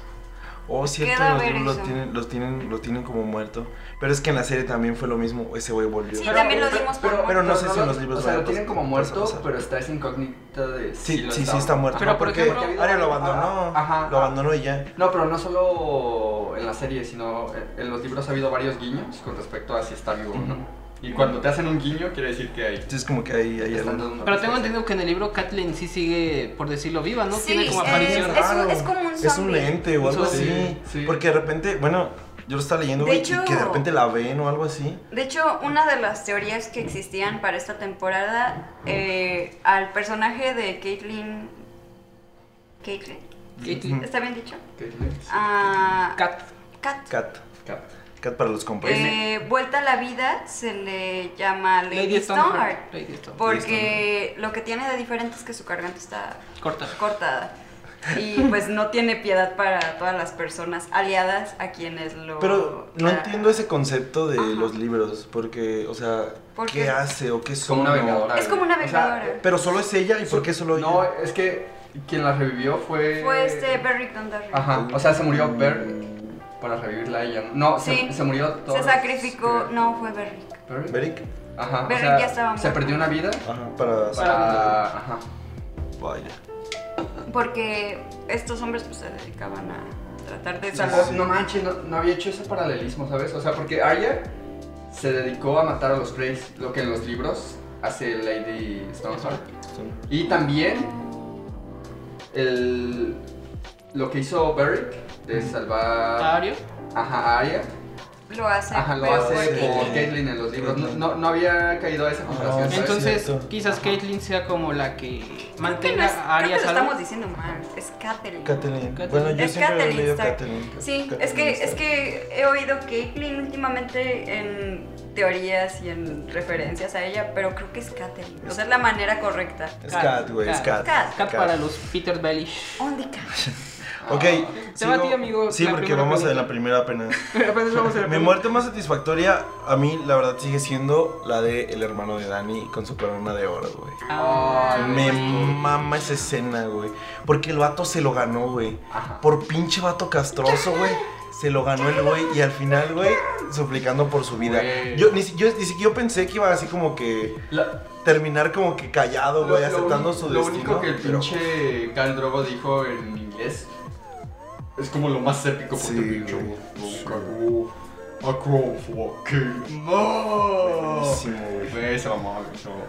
Speaker 1: Oh, cierto,
Speaker 4: Queda
Speaker 1: los
Speaker 4: ver
Speaker 1: libros lo
Speaker 4: eso.
Speaker 1: tienen, lo, tienen, lo tienen como muerto. Pero es que en la serie también fue lo mismo. Ese güey volvió.
Speaker 4: Sí, también lo dimos por
Speaker 1: pero no sé si en los libros
Speaker 3: O sea,
Speaker 1: vaya
Speaker 3: lo tienen
Speaker 1: a
Speaker 3: como
Speaker 1: pas-
Speaker 3: muerto,
Speaker 1: pasar.
Speaker 3: pero está esa incógnita de. si
Speaker 1: Sí,
Speaker 3: lo
Speaker 1: sí, sí, está muerto.
Speaker 2: Pero,
Speaker 1: ¿no?
Speaker 2: por
Speaker 1: porque
Speaker 2: ejemplo,
Speaker 1: Arya lo abandonó.
Speaker 3: Ajá.
Speaker 1: lo abandonó y ya.
Speaker 3: No, pero no solo en la serie, sino en los libros ha habido varios guiños con respecto a si está vivo o no. Y cuando te hacen un guiño, quiere decir que hay.
Speaker 1: Entonces, como que ahí hay algo.
Speaker 3: están dando una
Speaker 2: Pero tengo
Speaker 3: respuesta.
Speaker 2: entendido que en el libro Catelyn sí sigue, por decirlo, viva, ¿no?
Speaker 4: Sí,
Speaker 2: Tiene como
Speaker 4: eh,
Speaker 2: aparición.
Speaker 4: es- es un- es como un
Speaker 1: Es un
Speaker 4: zombie.
Speaker 1: ente o
Speaker 3: Un
Speaker 1: algo así.
Speaker 3: zombie, sí.
Speaker 1: Porque de repente, bueno, yo lo estaba leyendo,
Speaker 4: De
Speaker 1: güey, y
Speaker 4: hecho-
Speaker 1: que de repente la ven o algo así.
Speaker 4: de hecho, una de las teorías que existían para esta temporada, eh, al personaje de Caitlyn... ¿Caitlyn?
Speaker 1: Mm.
Speaker 2: Caitlyn.
Speaker 4: ¿Está bien dicho?
Speaker 3: Caitlyn, sí.
Speaker 4: Ah,
Speaker 2: Cat.
Speaker 4: Kat.
Speaker 1: Cat.
Speaker 3: Cap.
Speaker 1: Cat para los compas.
Speaker 4: Eh, vuelta a la vida se le llama Lady, Stoneheart.
Speaker 2: Lady Stoneheart.
Speaker 4: Porque lo que tiene de diferente es que su garganta está
Speaker 2: Corta.
Speaker 4: cortada. Y pues no tiene piedad para todas las personas aliadas a quienes lo.
Speaker 1: Pero no
Speaker 4: la-
Speaker 1: entiendo ese concepto de
Speaker 4: ah. Ajá.
Speaker 1: los libros, porque, o sea,
Speaker 4: ¿Por
Speaker 1: ¿qué,
Speaker 4: qué?
Speaker 1: hace o qué
Speaker 3: Es
Speaker 1: son?
Speaker 3: como una
Speaker 1: o-
Speaker 3: vengadora.
Speaker 4: Es como una
Speaker 3: güey. O sea,
Speaker 4: vengadora.
Speaker 1: Pero solo es ella, ¿y por qué solo ella?
Speaker 3: No, es que quien la revivió fue.
Speaker 4: Fue este Berrick Dondarrion.
Speaker 3: eh, Ajá, o sea, se murió Bert para revivirla a ella. No, se-
Speaker 4: Sí.
Speaker 3: se, murió todo.
Speaker 4: Se sacrificó. No, fue Berrick.
Speaker 3: Bert.
Speaker 1: Beric.
Speaker 3: Ajá, o
Speaker 4: Beric
Speaker 3: sea,
Speaker 4: ya estaba
Speaker 3: Se
Speaker 4: muerto.
Speaker 3: perdió una vida
Speaker 1: Ajá, para...
Speaker 3: para. Ajá.
Speaker 1: Vaya.
Speaker 4: Porque estos hombres pues, se dedicaban a tratar de
Speaker 1: Sí,
Speaker 4: salvar.
Speaker 1: sí.
Speaker 3: No manches, no, no había hecho ese paralelismo, ¿sabes? O sea, porque Arya se dedicó a matar a los Greys, lo que en los libros hace Lady Stoneheart.
Speaker 1: Son-
Speaker 3: Y también el, lo que hizo Beric de salvar
Speaker 2: Ario.
Speaker 3: Ajá, a Arya.
Speaker 4: Lo hace.
Speaker 3: Ajá, lo
Speaker 4: pero
Speaker 3: hace
Speaker 4: fue
Speaker 1: Caitlyn.
Speaker 3: por
Speaker 4: Caitlyn.
Speaker 3: Caitlyn en los libros. No, no, no había caído a esa comparación.
Speaker 1: Ah,
Speaker 3: ¿sabes?
Speaker 2: Entonces,
Speaker 1: cierto.
Speaker 2: quizás Caitlyn sea como la que
Speaker 4: Creo que, no
Speaker 2: mantenga
Speaker 4: es-
Speaker 2: a
Speaker 4: creo
Speaker 2: Arya
Speaker 4: que lo estamos
Speaker 2: salva.
Speaker 4: diciendo mal. Es Catelyn.
Speaker 1: Catelyn.
Speaker 2: Catelyn.
Speaker 1: Bueno, yo
Speaker 4: Es
Speaker 1: siempre
Speaker 4: Catelyn
Speaker 1: he leído
Speaker 4: Stark.
Speaker 1: Catelyn.
Speaker 4: Sí,
Speaker 1: Catelyn
Speaker 4: es que,
Speaker 1: Stark.
Speaker 4: es que he oído que Caitlyn últimamente en teorías y en referencias a ella, pero creo que es Catherine. O sea, es la manera correcta.
Speaker 1: Es Cat, güey, es Cat.
Speaker 4: Cat.
Speaker 2: Cat para los Peter Bellish.
Speaker 4: ¿Dónde Cat?
Speaker 3: Ah.
Speaker 1: Ok.
Speaker 2: Te va a ti, amigo,
Speaker 1: Sí,
Speaker 2: la
Speaker 1: porque
Speaker 2: primera
Speaker 1: vamos a
Speaker 2: pregunta.
Speaker 1: la primera apenas.
Speaker 2: (laughs) Apenas
Speaker 1: (laughs)
Speaker 2: vamos a (laughs) la
Speaker 1: Mi muerte más satisfactoria, a mí, la verdad, sigue siendo la de el hermano de Dani con su corona de oro, güey.
Speaker 2: Ah,
Speaker 1: Me mama esa escena, güey. Porque el vato se lo ganó, güey.
Speaker 3: Ajá.
Speaker 1: Por pinche vato castroso, güey. Se lo ganó el güey y al final, güey, suplicando por su vida.
Speaker 3: Güey.
Speaker 1: Yo ni, si- yo ni siquiera yo pensé que iba así como que
Speaker 3: La-
Speaker 1: terminar como que callado, güey, aceptando
Speaker 3: único-
Speaker 1: su
Speaker 3: lo
Speaker 1: destino.
Speaker 3: único que el
Speaker 1: pero-
Speaker 3: pinche Cal Drogo dijo en inglés es como lo más épico porque
Speaker 1: Sí,
Speaker 3: yo
Speaker 1: güey. Sí.
Speaker 3: nunca go- a crow for king. ¡No!
Speaker 1: Buenísimo, güey.
Speaker 3: Güey, se mamó, güey, se mamó.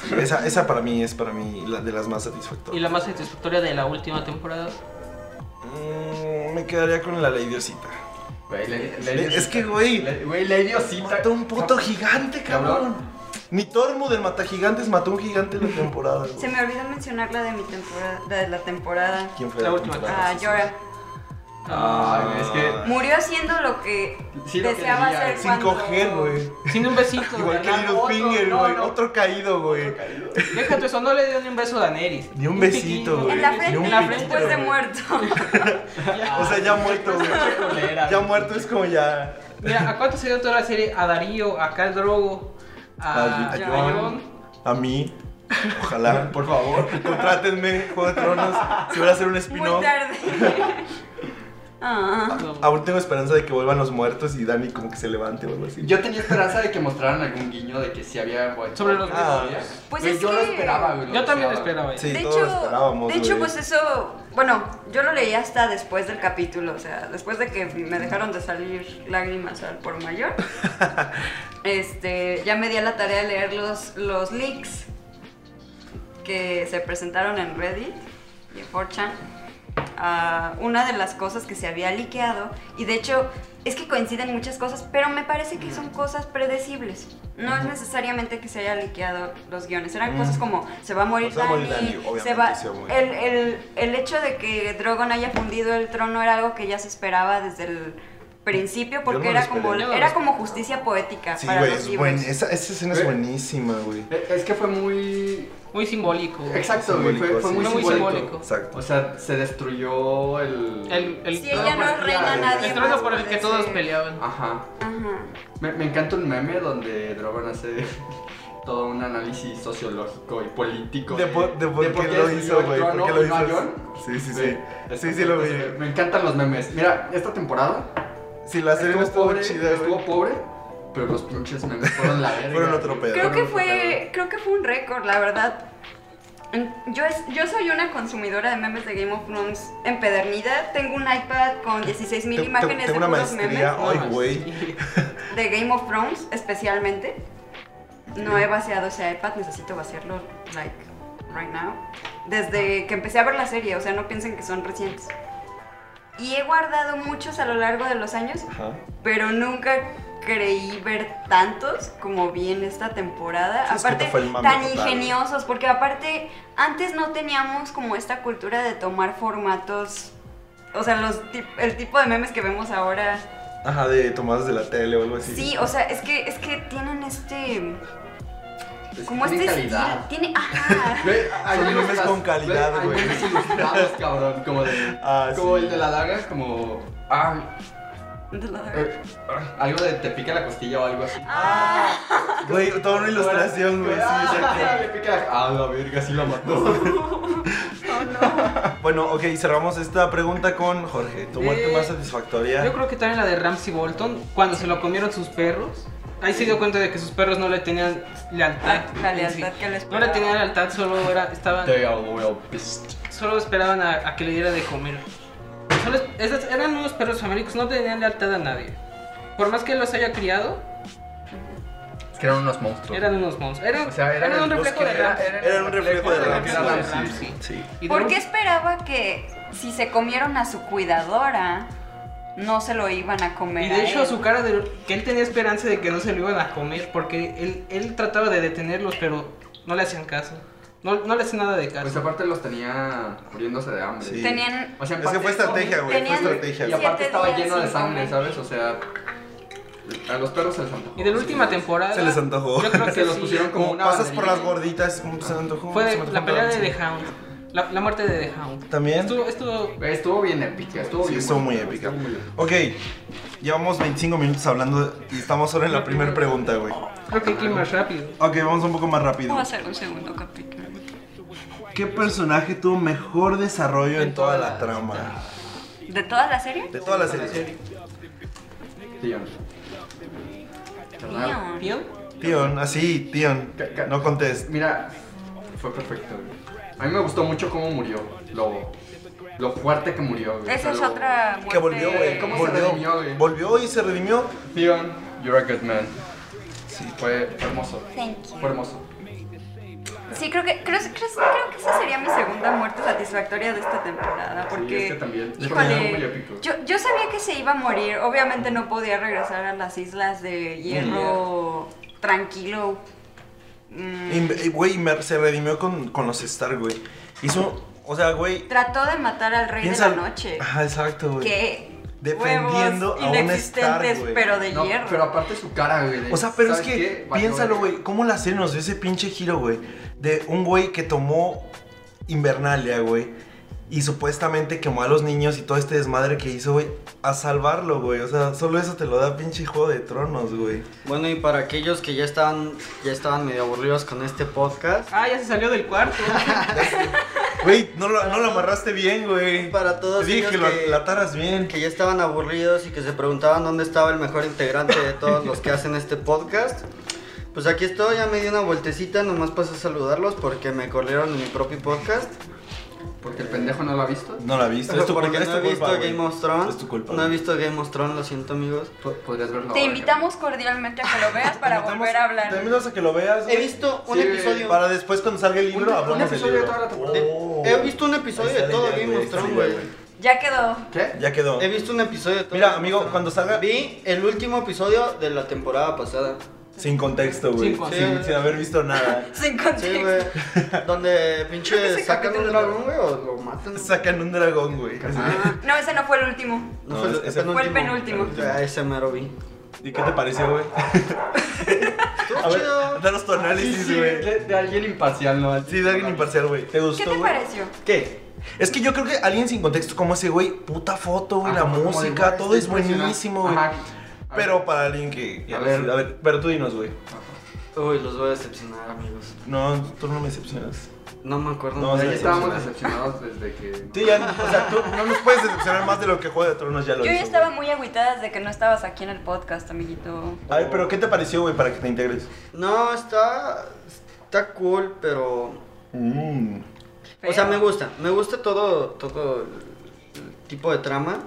Speaker 1: Sí, esa, esa para mí es para mí la de las más satisfactorias.
Speaker 2: Y la más satisfactoria de la última temporada.
Speaker 1: Mm, me quedaría con la ley diosita.
Speaker 3: Güey, la- la
Speaker 1: Es
Speaker 3: idiosita-
Speaker 1: que, güey,
Speaker 3: la- Güey, la idiosita.
Speaker 1: Mató un puto gigante, cabrón.
Speaker 3: Cabrón.
Speaker 1: Ni Tormu del Mata Gigantes mató un gigante en la temporada. güey.
Speaker 4: Se me olvidó mencionar la de mi temporada, la de la temporada.
Speaker 1: ¿Quién fue
Speaker 2: La
Speaker 1: la,
Speaker 2: última.
Speaker 1: temporada?
Speaker 4: Ah, Yora.
Speaker 3: Ay, güey, es que.
Speaker 4: Murió haciendo lo que
Speaker 3: Sí, lo que
Speaker 4: deseaba
Speaker 3: debía, güey.
Speaker 4: hacer
Speaker 1: Ah. Sin
Speaker 4: cuando...
Speaker 1: coger, güey.
Speaker 2: Sin un besito.
Speaker 1: (laughs) Igual que
Speaker 2: ¿verdad?
Speaker 1: Littlefinger,
Speaker 3: no,
Speaker 1: güey.
Speaker 3: no.
Speaker 1: Otro caído, güey.
Speaker 2: Déjate eso, no le dio ni un beso a Daenerys.
Speaker 1: Ni un besito,
Speaker 2: piquito,
Speaker 1: güey.
Speaker 4: En la
Speaker 1: Ni
Speaker 4: frente,
Speaker 1: un
Speaker 2: en la frente.
Speaker 4: después de
Speaker 1: güey.
Speaker 4: muerto.
Speaker 1: (laughs) O sea, ya muerto, güey.
Speaker 3: Culera,
Speaker 1: Ya
Speaker 3: güey.
Speaker 1: muerto es como ya.
Speaker 2: Mira, ¿a cuánto se dio toda la serie? A Darío, a Khal Drogo, a,
Speaker 1: A
Speaker 2: a
Speaker 1: Jon.
Speaker 2: Jon.
Speaker 1: A mí. Ojalá.
Speaker 3: Por favor.
Speaker 1: Contrátenme, Juego de Tronos. Si van a hacer un
Speaker 4: Muy
Speaker 1: spin-off. (laughs)
Speaker 4: tarde. Ah.
Speaker 1: Aún tengo esperanza de que vuelvan los muertos y Dani como que se levante o algo así.
Speaker 3: Yo tenía esperanza de que mostraran algún guiño de que si había güey,
Speaker 2: Sobre los
Speaker 1: Ah.
Speaker 3: teorías.
Speaker 4: Pues
Speaker 3: Güey,
Speaker 4: es
Speaker 3: yo lo
Speaker 4: que-
Speaker 3: esperaba, güey.
Speaker 2: Yo también lo esperaba.
Speaker 1: Sí,
Speaker 4: de
Speaker 1: todos
Speaker 4: hecho,
Speaker 1: lo esperábamos.
Speaker 4: de hecho
Speaker 1: güey.
Speaker 4: pues eso, bueno, yo lo leí hasta después del capítulo, o sea, después de que me dejaron de salir lágrimas al
Speaker 1: (laughs)
Speaker 4: por mayor, este, ya me di a la tarea de leer los, los leaks que se presentaron en Reddit y en 4chan. a una de las cosas que se había liqueado, y de hecho es que coinciden muchas cosas, pero me parece que son cosas predecibles. No es necesariamente que se haya liqueado los guiones, eran
Speaker 1: Mm.
Speaker 4: cosas como se va a morir
Speaker 1: O sea, morir
Speaker 4: Dani,
Speaker 1: Dani, obviamente,
Speaker 4: se va-
Speaker 1: sí, muy-
Speaker 4: el, el- el hecho de que Drogon haya fundido el trono era algo que ya se esperaba desde el principio
Speaker 1: no
Speaker 4: porque
Speaker 1: lo
Speaker 4: era
Speaker 1: esperé.
Speaker 4: como
Speaker 2: Yo no lo
Speaker 4: era
Speaker 2: esperé.
Speaker 4: como justicia poética
Speaker 1: Sí,
Speaker 4: para
Speaker 1: güey,
Speaker 4: los
Speaker 1: es
Speaker 4: libros.
Speaker 1: buen- este, esa, esa escena es
Speaker 3: Güey.
Speaker 1: buenísima, güey.
Speaker 3: Eh, Es que fue muy.
Speaker 2: Muy simbólico.
Speaker 3: Exacto, güey. Fue,
Speaker 1: Simbólico,
Speaker 3: fue
Speaker 1: sí.
Speaker 3: muy,
Speaker 2: Fue muy
Speaker 3: simbólico.
Speaker 2: simbólico.
Speaker 1: Exacto.
Speaker 3: O sea, se destruyó el.
Speaker 2: El, el
Speaker 4: Si ella no
Speaker 2: trono-
Speaker 4: es reina,
Speaker 3: el
Speaker 4: nadie
Speaker 2: El
Speaker 4: más
Speaker 2: trono por el
Speaker 4: puede
Speaker 2: que todos
Speaker 4: ser.
Speaker 2: peleaban.
Speaker 3: Ajá.
Speaker 4: Ajá.
Speaker 3: Me, me encanta un meme donde Drogon hace (laughs) todo un análisis sociológico y político.
Speaker 1: De, po- de por qué lo hizo, güey. ¿Por qué lo hizo? Sí, sí, sí. Sí, sí, lo vi.
Speaker 3: veía. Me encantan los memes. Mira, esta temporada
Speaker 1: Sí, la serie no estuvo
Speaker 3: estuvo pobre,
Speaker 1: chida,
Speaker 3: estuvo
Speaker 1: güey.
Speaker 3: pobre, pero los pinches memes fueron la verga.
Speaker 1: (laughs) Fueron otro pedo.
Speaker 4: Creo que fue creo que fue un récord, la verdad. En- Yo, es- yo soy una consumidora de memes de Game of Thrones empedernida. Tengo un iPad con 16.000
Speaker 1: Te- te- tengo
Speaker 4: imágenes de
Speaker 1: una
Speaker 4: puros
Speaker 1: maestría.
Speaker 4: memes
Speaker 1: Ay, güey.
Speaker 4: de Game of Thrones especialmente. No he vaciado ese iPad, necesito vaciarlo, like, right now. Desde que empecé a ver la serie, o sea, no piensen que son recientes. Y he guardado muchos a lo largo de los años,
Speaker 1: Ajá.
Speaker 4: pero nunca creí ver tantos como vi en esta temporada.
Speaker 1: Sí, es que
Speaker 4: aparte,
Speaker 1: te fue el mame
Speaker 4: tan
Speaker 1: total.
Speaker 4: ingeniosos, porque aparte, antes no teníamos como esta cultura de tomar formatos, o sea, los, tip- el tipo de memes que vemos ahora.
Speaker 1: Ajá, de tomadas de la tele o algo así.
Speaker 4: Sí, o sea, es que, es que tienen este.
Speaker 3: Es
Speaker 4: Como
Speaker 3: que tiene
Speaker 4: este.
Speaker 3: calidad.
Speaker 4: estilo- Tiene.
Speaker 3: (laughs)
Speaker 4: Ajá.
Speaker 3: Güey, hay
Speaker 1: Son
Speaker 3: unos
Speaker 1: memes
Speaker 3: las-
Speaker 1: con calidad,
Speaker 3: hay
Speaker 1: güey.
Speaker 3: memes ilustrados, cabrón, como de-
Speaker 1: Ah,
Speaker 3: como
Speaker 1: sí.
Speaker 3: el de la daga, es como ah, eh, ah, algo de te pica la costilla o algo así.
Speaker 4: Ah,
Speaker 1: Güey, toda (laughs) una ilustración, güey. Sí,
Speaker 3: Ah,
Speaker 1: exacto.
Speaker 3: (laughs) le pica la- ah, la verga, sí la mató.
Speaker 1: (laughs) Bueno, ok, cerramos esta pregunta con Jorge. ¿Tu muerte
Speaker 2: Eh,
Speaker 1: más satisfactoria?
Speaker 2: Yo creo que también la de Ramsey Bolton, cuando se lo comieron sus perros. Ahí se dio cuenta de que sus perros no le tenían lealtad.
Speaker 4: Ah, La
Speaker 2: en
Speaker 4: lealtad que le
Speaker 2: No le
Speaker 4: esperaba.
Speaker 2: tenían lealtad, solo era, estaban,
Speaker 3: They are well pissed.
Speaker 2: solo esperaban a, a que le diera de comer. Solo es- esas- eran unos perros famélicos, no tenían lealtad a nadie. Por más que los haya criado,
Speaker 3: Es que eran unos monstruos.
Speaker 2: eran unos monstruos. Eran,
Speaker 3: O sea, eran
Speaker 2: eran un
Speaker 3: los
Speaker 2: reflejo
Speaker 3: que
Speaker 2: de
Speaker 3: era-
Speaker 2: Ramsey.
Speaker 3: eran-
Speaker 1: Era un reflejo de
Speaker 3: Era
Speaker 1: la
Speaker 3: un
Speaker 2: reflejo de
Speaker 1: Ramsey.
Speaker 2: Ramsey.
Speaker 1: Sí.
Speaker 2: Y de
Speaker 4: ¿Por
Speaker 2: un-
Speaker 4: qué esperaba que si se comieron a su cuidadora, no se lo iban a comer?
Speaker 2: Y
Speaker 4: a
Speaker 2: de hecho
Speaker 4: él?
Speaker 2: su cara de que él tenía esperanza de que no se lo iban a comer porque él, él trataba de detenerlos pero no le hacían caso. No, no le hacían nada de caso.
Speaker 3: Pues aparte los tenía muriéndose de hambre.
Speaker 1: Sí.
Speaker 4: Tenían.
Speaker 3: O sea, en
Speaker 1: Es que
Speaker 3: parte-
Speaker 1: fue estrategia, güey. Fue
Speaker 4: Tenían-
Speaker 1: estrategia. güey.
Speaker 3: Y
Speaker 4: Siete
Speaker 3: aparte estaba
Speaker 4: días
Speaker 3: lleno de
Speaker 4: sin
Speaker 3: sangre,
Speaker 4: comer.
Speaker 3: ¿sabes? O sea, A los perros se les antojó.
Speaker 2: Y de la
Speaker 3: Sí,
Speaker 2: última
Speaker 3: sí.
Speaker 2: temporada.
Speaker 1: Se les antojó.
Speaker 2: Yo creo que
Speaker 3: Se los
Speaker 2: sí.
Speaker 3: pusieron como
Speaker 1: Como
Speaker 3: una
Speaker 1: pasas por las
Speaker 3: banderilla.
Speaker 1: gorditas, como se me antojó,
Speaker 2: Fue
Speaker 1: se me antojó
Speaker 2: la
Speaker 1: un
Speaker 2: pelea de
Speaker 1: dulce.
Speaker 2: The Hound. La, la muerte de The Hound.
Speaker 1: También.
Speaker 2: Estuvo, estuvo-
Speaker 3: Güey, Estuvo bien épica, estuvo
Speaker 1: Sí,
Speaker 3: bien
Speaker 1: estuvo
Speaker 3: buena,
Speaker 1: muy
Speaker 3: güey,
Speaker 1: épica.
Speaker 3: estuvo muy bien.
Speaker 1: Ok, llevamos 25 minutos hablando de- y estamos solo en la primera pregunta, güey.
Speaker 2: Creo que hay que ir más rápido.
Speaker 1: Ok, vamos un poco más rápido.
Speaker 4: Vamos a hacer un segundo capítulo.
Speaker 1: ¿Qué personaje tuvo mejor desarrollo en toda la trama?
Speaker 4: ¿De toda la serie?
Speaker 1: De toda la serie.
Speaker 3: Dion. Carnal,
Speaker 4: Leon.
Speaker 2: ¿Pion?
Speaker 1: Tion, así, Tion.
Speaker 3: Ca- ca-
Speaker 1: No contest.
Speaker 3: Mira, fue perfecto, güey. A mí me gustó mucho cómo murió, lo, lo fuerte que murió, güey. O
Speaker 4: Esa
Speaker 3: sea,
Speaker 4: es
Speaker 3: lo-
Speaker 4: otra muerte.
Speaker 1: Que volvió, güey.
Speaker 3: ¿Cómo se redimió,
Speaker 1: Volvió,
Speaker 3: güey?
Speaker 1: volvió y se redimió.
Speaker 3: Dion, you're a good man. Sí, fue, fue hermoso.
Speaker 4: Thank you.
Speaker 3: Fue hermoso.
Speaker 4: Sí, creo que, creo, creo- creo que esa sería mi segunda muerte satisfactoria de esta temporada. Porque,
Speaker 3: Sí, este es que también.
Speaker 1: Híjole,
Speaker 3: fue
Speaker 4: híjole,
Speaker 3: muy épico.
Speaker 4: yo, yo sabía que se iba a morir. Obviamente no podía regresar a las islas de hierro tranquilo. Mm,
Speaker 1: Y- y, Güey, me- se redimió con, con los Star, güey. Hizo, o sea, güey.
Speaker 4: trató de matar al rey
Speaker 1: Piensa.
Speaker 4: de la noche.
Speaker 1: Ajá, exacto, güey.
Speaker 4: Que
Speaker 1: Defendiendo
Speaker 4: huevos
Speaker 1: a un
Speaker 4: inexistentes,
Speaker 1: Stark, güey.
Speaker 4: pero de
Speaker 3: No,
Speaker 4: hierro.
Speaker 3: pero aparte su cara, güey. de-
Speaker 1: O sea, pero es
Speaker 3: ¿sabes
Speaker 1: que,
Speaker 3: qué? Valió,
Speaker 1: piénsalo, güey, ¿cómo la serie nos dio ese pinche giro, güey? De un güey que tomó Invernalia, güey, y supuestamente quemó a los niños y todo este desmadre que hizo, güey, a salvarlo, güey. O sea, solo eso te lo da pinche Juego de Tronos, güey.
Speaker 5: Bueno, y para aquellos que ya estaban, ya estaban medio aburridos con este podcast,
Speaker 2: Ah, ya se salió del cuarto.
Speaker 1: Güey, no lo, no lo amarraste bien, güey.
Speaker 5: para todos
Speaker 1: Te dije
Speaker 5: ellos
Speaker 1: que lo ataras bien.
Speaker 5: que ya estaban aburridos y que se preguntaban dónde estaba el mejor integrante de todos los que hacen este podcast. Pues aquí estoy, ya me di una vueltecita, nomás pasé a saludarlos porque me corrieron en mi
Speaker 1: (laughs)
Speaker 5: propio podcast.
Speaker 3: Porque el pendejo no lo ha visto.
Speaker 1: No la viste, es tu
Speaker 5: porque
Speaker 1: culpa, es
Speaker 5: no he
Speaker 1: tu
Speaker 5: visto
Speaker 1: culpa, güey.
Speaker 5: Game of Thrones.
Speaker 1: Es tu culpa.
Speaker 5: no he
Speaker 1: güey.
Speaker 5: visto Game of Thrones, lo siento amigos.
Speaker 3: Pod- Podrías verlo.
Speaker 4: Te
Speaker 3: ahora,
Speaker 4: invitamos cordialmente a
Speaker 1: (laughs)
Speaker 4: que lo veas para
Speaker 1: Te invitamos-
Speaker 4: volver a hablar.
Speaker 1: Te invitamos a que lo veas,
Speaker 5: He
Speaker 1: güey.
Speaker 5: visto un
Speaker 3: Sí,
Speaker 5: episodio.
Speaker 1: Para después cuando salga el libro
Speaker 3: Un- un
Speaker 1: hablamos del
Speaker 3: episodio de
Speaker 1: libro.
Speaker 3: toda la temporada.
Speaker 1: Oh.
Speaker 5: He visto un episodio
Speaker 1: Ahí está
Speaker 5: de
Speaker 1: la
Speaker 5: todo
Speaker 1: idea,
Speaker 5: Game
Speaker 1: güey,
Speaker 5: of
Speaker 1: está la
Speaker 5: Thrones,
Speaker 1: idea,
Speaker 5: güey.
Speaker 4: Ya quedó.
Speaker 3: cabrón. ¿Qué?
Speaker 1: Ya quedó.
Speaker 5: He visto un episodio de todo
Speaker 1: Mira,
Speaker 5: Game of
Speaker 1: amigo,
Speaker 5: Thrones.
Speaker 1: cuando salga-
Speaker 5: Vi el último episodio de la temporada pasada.
Speaker 1: Sin contexto, güey.
Speaker 2: Sin
Speaker 1: Sin,
Speaker 2: contexto.
Speaker 1: sin haber visto nada.
Speaker 4: Sin
Speaker 5: Sí,
Speaker 4: contexto.
Speaker 1: (laughs)
Speaker 5: güey. Donde pinche
Speaker 4: ese
Speaker 5: sacan un
Speaker 4: capítulo-
Speaker 5: dragón, güey, o lo matan.
Speaker 1: Sacan un dragón, güey.
Speaker 3: Ah,
Speaker 4: no, ese no fue el último.
Speaker 1: No,
Speaker 5: fue
Speaker 1: ese-
Speaker 4: fue el penúltimo.
Speaker 5: Ah, ese mero vi.
Speaker 1: ¿Y qué te pareció, güey? A (laughs)
Speaker 5: Estuvo
Speaker 1: ver,
Speaker 5: chido.
Speaker 1: danos tu análisis, güey.
Speaker 3: de, de alguien imparcial, ¿no?
Speaker 1: Sí, de alguien imparcial, güey. ¿Te
Speaker 4: ¿Qué
Speaker 1: gustó,
Speaker 4: te
Speaker 1: güey?
Speaker 4: pareció?
Speaker 5: ¿Qué?
Speaker 1: Es que yo creo que alguien sin contexto como ese, güey, puta foto, güey,
Speaker 3: Ah,
Speaker 1: la
Speaker 3: como de,
Speaker 1: música,
Speaker 3: güey,
Speaker 1: todo es
Speaker 3: está impresionante.
Speaker 1: buenísimo, güey.
Speaker 3: Ajá. A
Speaker 1: Pero
Speaker 3: ver.
Speaker 1: para alguien que...
Speaker 3: A ver.
Speaker 1: a ver, pero tú dinos, güey.
Speaker 5: Uy, los voy a decepcionar, amigos.
Speaker 1: No, tú no me decepcionas.
Speaker 5: No me acuerdo.
Speaker 1: No, sí,
Speaker 5: de
Speaker 3: Ya
Speaker 5: ellos.
Speaker 3: estábamos decepcionados desde que.
Speaker 1: Sí, ya, o sea, tú no nos puedes decepcionar más de lo que Juego de Tronos ya lo
Speaker 4: Yo ya
Speaker 1: hizo,
Speaker 4: estaba
Speaker 1: güey.
Speaker 4: muy aguitada desde que no estabas aquí en el podcast, amiguito.
Speaker 1: A ver, pero ¿qué te pareció, güey, para que te integres?
Speaker 5: No, está. Está cool, pero.
Speaker 3: Mm.
Speaker 1: Mmm.
Speaker 4: Feo.
Speaker 5: O sea, me gusta. Me gusta todo, todo el- el tipo de trama.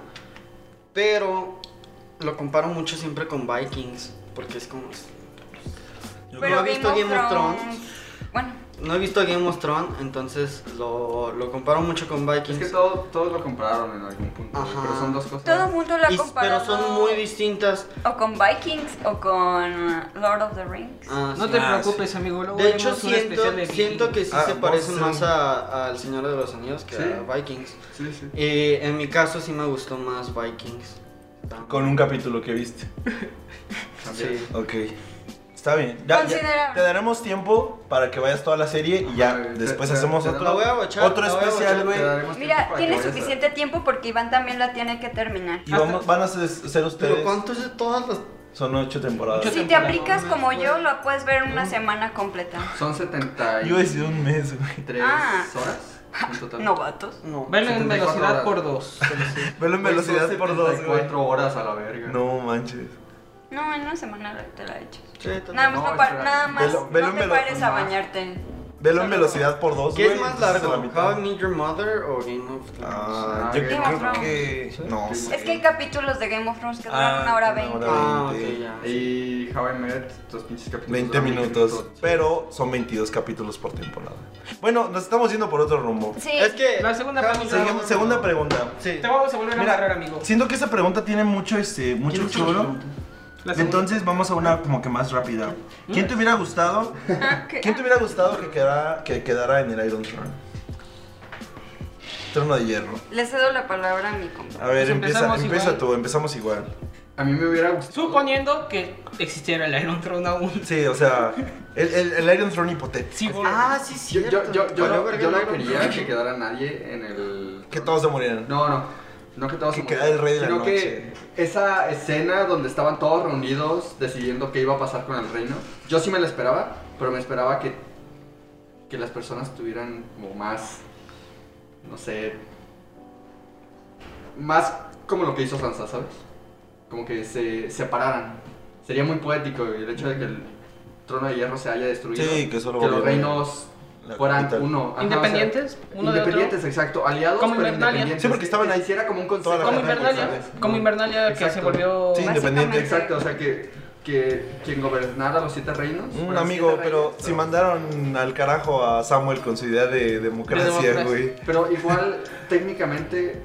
Speaker 5: Pero. Lo comparo mucho siempre con Vikings. Porque es como.
Speaker 4: Pero
Speaker 5: no he visto Game of Thrones.
Speaker 4: Bueno,
Speaker 5: No he visto Game of Thrones, entonces lo, lo comparo mucho con
Speaker 3: Es
Speaker 5: Vikings.
Speaker 3: que todo, todos lo compararon en algún punto. güey,
Speaker 5: Ajá.
Speaker 3: Pero son dos cosas.
Speaker 4: todo el mundo lo ha
Speaker 5: Y-
Speaker 4: comparado.
Speaker 5: pero son muy distintas.
Speaker 4: O con Vikings o con Lord of the Rings.
Speaker 5: Ah,
Speaker 2: No
Speaker 5: sí.
Speaker 2: te
Speaker 1: Ah,
Speaker 2: preocupes, amigo. Luego
Speaker 5: De hecho,
Speaker 2: haremos un
Speaker 5: siento,
Speaker 2: especial de
Speaker 5: siento que
Speaker 2: Vikings.
Speaker 5: sí
Speaker 1: Ah,
Speaker 5: se
Speaker 1: vamos
Speaker 5: parecen
Speaker 1: a hacer
Speaker 5: más
Speaker 1: un-
Speaker 5: a- al Señor de los Anillos que
Speaker 3: Sí.
Speaker 5: a Vikings.
Speaker 3: Sí, sí.
Speaker 5: Y en mi caso sí me gustó más Vikings.
Speaker 1: Con un capítulo que viste.
Speaker 3: También.
Speaker 5: Sí.
Speaker 1: Ok. Está bien. Ya- ya-
Speaker 4: Considerable.
Speaker 1: te daremos tiempo para que vayas toda la serie y ya
Speaker 3: Ajá, güey,
Speaker 1: después
Speaker 3: te- te-
Speaker 1: hacemos
Speaker 3: te-
Speaker 1: otro,
Speaker 5: la voy a bochar,
Speaker 1: otro
Speaker 5: la voy a
Speaker 1: especial,
Speaker 5: bochar,
Speaker 1: güey.
Speaker 3: Te daremos tiempo
Speaker 4: Mira,
Speaker 3: para
Speaker 4: tiene
Speaker 3: que vayas a-
Speaker 4: suficiente tiempo porque Iván también la tiene que terminar.
Speaker 1: Y vamos- van a ser, ser
Speaker 5: Pero
Speaker 1: ustedes.
Speaker 5: ¿cuánto es de todas las...?
Speaker 1: Son ocho temporadas.
Speaker 2: Ocho
Speaker 4: Si te
Speaker 2: temporada,
Speaker 4: aplicas
Speaker 2: no,
Speaker 4: como
Speaker 2: no,
Speaker 4: yo, lo puedes ver en una semana completa.
Speaker 3: Son 73
Speaker 1: Yo decidí un mes, güey.
Speaker 4: Ah.
Speaker 3: horas en total.
Speaker 4: Novatos.
Speaker 5: No.
Speaker 2: Velo en
Speaker 3: 74
Speaker 2: velocidad
Speaker 3: horas.
Speaker 2: por dos.
Speaker 1: Velo en
Speaker 3: Güey, son
Speaker 1: velocidad por dos, güey.
Speaker 3: 74 horas a la verga.
Speaker 1: No manches.
Speaker 4: No, en una semana te la echas.
Speaker 5: Sí, tal-
Speaker 4: Nada más,
Speaker 3: No,
Speaker 4: no, pa-
Speaker 3: espera.
Speaker 4: nada más
Speaker 1: Velo- velo
Speaker 4: no
Speaker 1: en
Speaker 4: te
Speaker 1: velo-
Speaker 4: pares a
Speaker 3: no.
Speaker 4: bañarte.
Speaker 1: Velo en
Speaker 4: Solo-
Speaker 1: velocidad por dos,
Speaker 5: ¿Qué
Speaker 1: güey.
Speaker 5: es más
Speaker 1: entonces
Speaker 5: largo?
Speaker 1: la mitad.
Speaker 5: ¿How I Met Your Mother o Game of Thrones?
Speaker 1: Ah,
Speaker 3: Ah,
Speaker 1: yo
Speaker 3: Game
Speaker 1: creo
Speaker 4: of Thrones.
Speaker 1: que. No sé.
Speaker 4: Es que hay capítulos de Game of Thrones que duran
Speaker 1: Ah,
Speaker 4: una hora
Speaker 1: una
Speaker 4: veinte.
Speaker 1: hora.
Speaker 5: Ah, ok,
Speaker 1: 20.
Speaker 5: ya.
Speaker 3: Y How I Met, dos pinches capítulos.
Speaker 1: 20
Speaker 3: Ah,
Speaker 1: minutos. Pero son 22 capítulos por temporada. Bueno, nos estamos yendo por otro rumbo.
Speaker 4: Sí.
Speaker 5: Es que...
Speaker 2: La segunda
Speaker 5: How I
Speaker 2: pregunta.
Speaker 5: Met Your
Speaker 1: Segui-
Speaker 5: Mother-
Speaker 1: Segunda pregunta.
Speaker 5: Sí.
Speaker 2: Te vamos a volver a
Speaker 1: Mira,
Speaker 2: amarrar, amigo.
Speaker 1: Siento que esa pregunta tiene mucho, este, mucho
Speaker 5: Tiene
Speaker 1: choro.
Speaker 5: mucho
Speaker 2: La segunda.
Speaker 1: Entonces vamos a una como que más rápida. ¿Quién te hubiera gustado?
Speaker 4: ¿Qué?
Speaker 1: ¿Quién te hubiera gustado que quedara, que quedara en el Iron Throne? Trono de hierro.
Speaker 4: Le cedo la palabra a mi compañero.
Speaker 1: A ver,
Speaker 2: Pues
Speaker 1: empieza,
Speaker 2: empezamos
Speaker 1: empieza
Speaker 2: igual.
Speaker 1: tú, empezamos igual.
Speaker 3: A mí me hubiera gustado.
Speaker 2: Suponiendo que existiera el Iron Throne aún.
Speaker 1: Sí, o sea, el, el, el Iron Throne hipotético.
Speaker 2: Sí, boludo.
Speaker 5: Ah, sí, sí.
Speaker 3: Yo, yo, yo, yo no, yo no quería que quedara nadie en el.
Speaker 1: Que todos se murieran.
Speaker 3: No, no. No que todos
Speaker 1: Que
Speaker 3: se
Speaker 1: quedara el rey de la
Speaker 3: sino
Speaker 1: noche.
Speaker 3: que esa escena donde estaban todos reunidos decidiendo qué iba a pasar con el reino, yo sí me la esperaba, pero me esperaba que, que las personas tuvieran como más, no sé, más como lo que hizo Sansa, ¿sabes? Como que se separaran. Sería muy poético el hecho de que el trono de hierro se haya destruido,
Speaker 1: Sí, que solo
Speaker 3: los
Speaker 1: volviera
Speaker 3: reinos
Speaker 1: la
Speaker 3: fueran
Speaker 1: capital.
Speaker 3: uno. ajá, o sea,
Speaker 2: Ah, Independientes, uno de otro.
Speaker 3: independientes, exacto. Aliados,
Speaker 2: Como
Speaker 3: pero
Speaker 2: Invernalia.
Speaker 3: independientes.
Speaker 1: Sí, porque estaban ahí.
Speaker 3: Que Hiciera como un
Speaker 1: Toda la Ajá,
Speaker 2: Como
Speaker 3: concepto.
Speaker 2: Invernalia,
Speaker 1: exacto.
Speaker 2: como Invernalia que se
Speaker 3: Exacto.
Speaker 2: volvió.
Speaker 1: Sí, independiente.
Speaker 3: Exacto, o sea que, que quien gobernara los siete reinos.
Speaker 1: Un
Speaker 3: bueno,
Speaker 1: amigo,
Speaker 3: siete
Speaker 1: pero
Speaker 3: reinos,
Speaker 1: si mandaron al carajo a Samuel con su idea de
Speaker 2: De
Speaker 1: democracia,
Speaker 2: democracia.
Speaker 1: güey.
Speaker 3: Pero igual, técnicamente,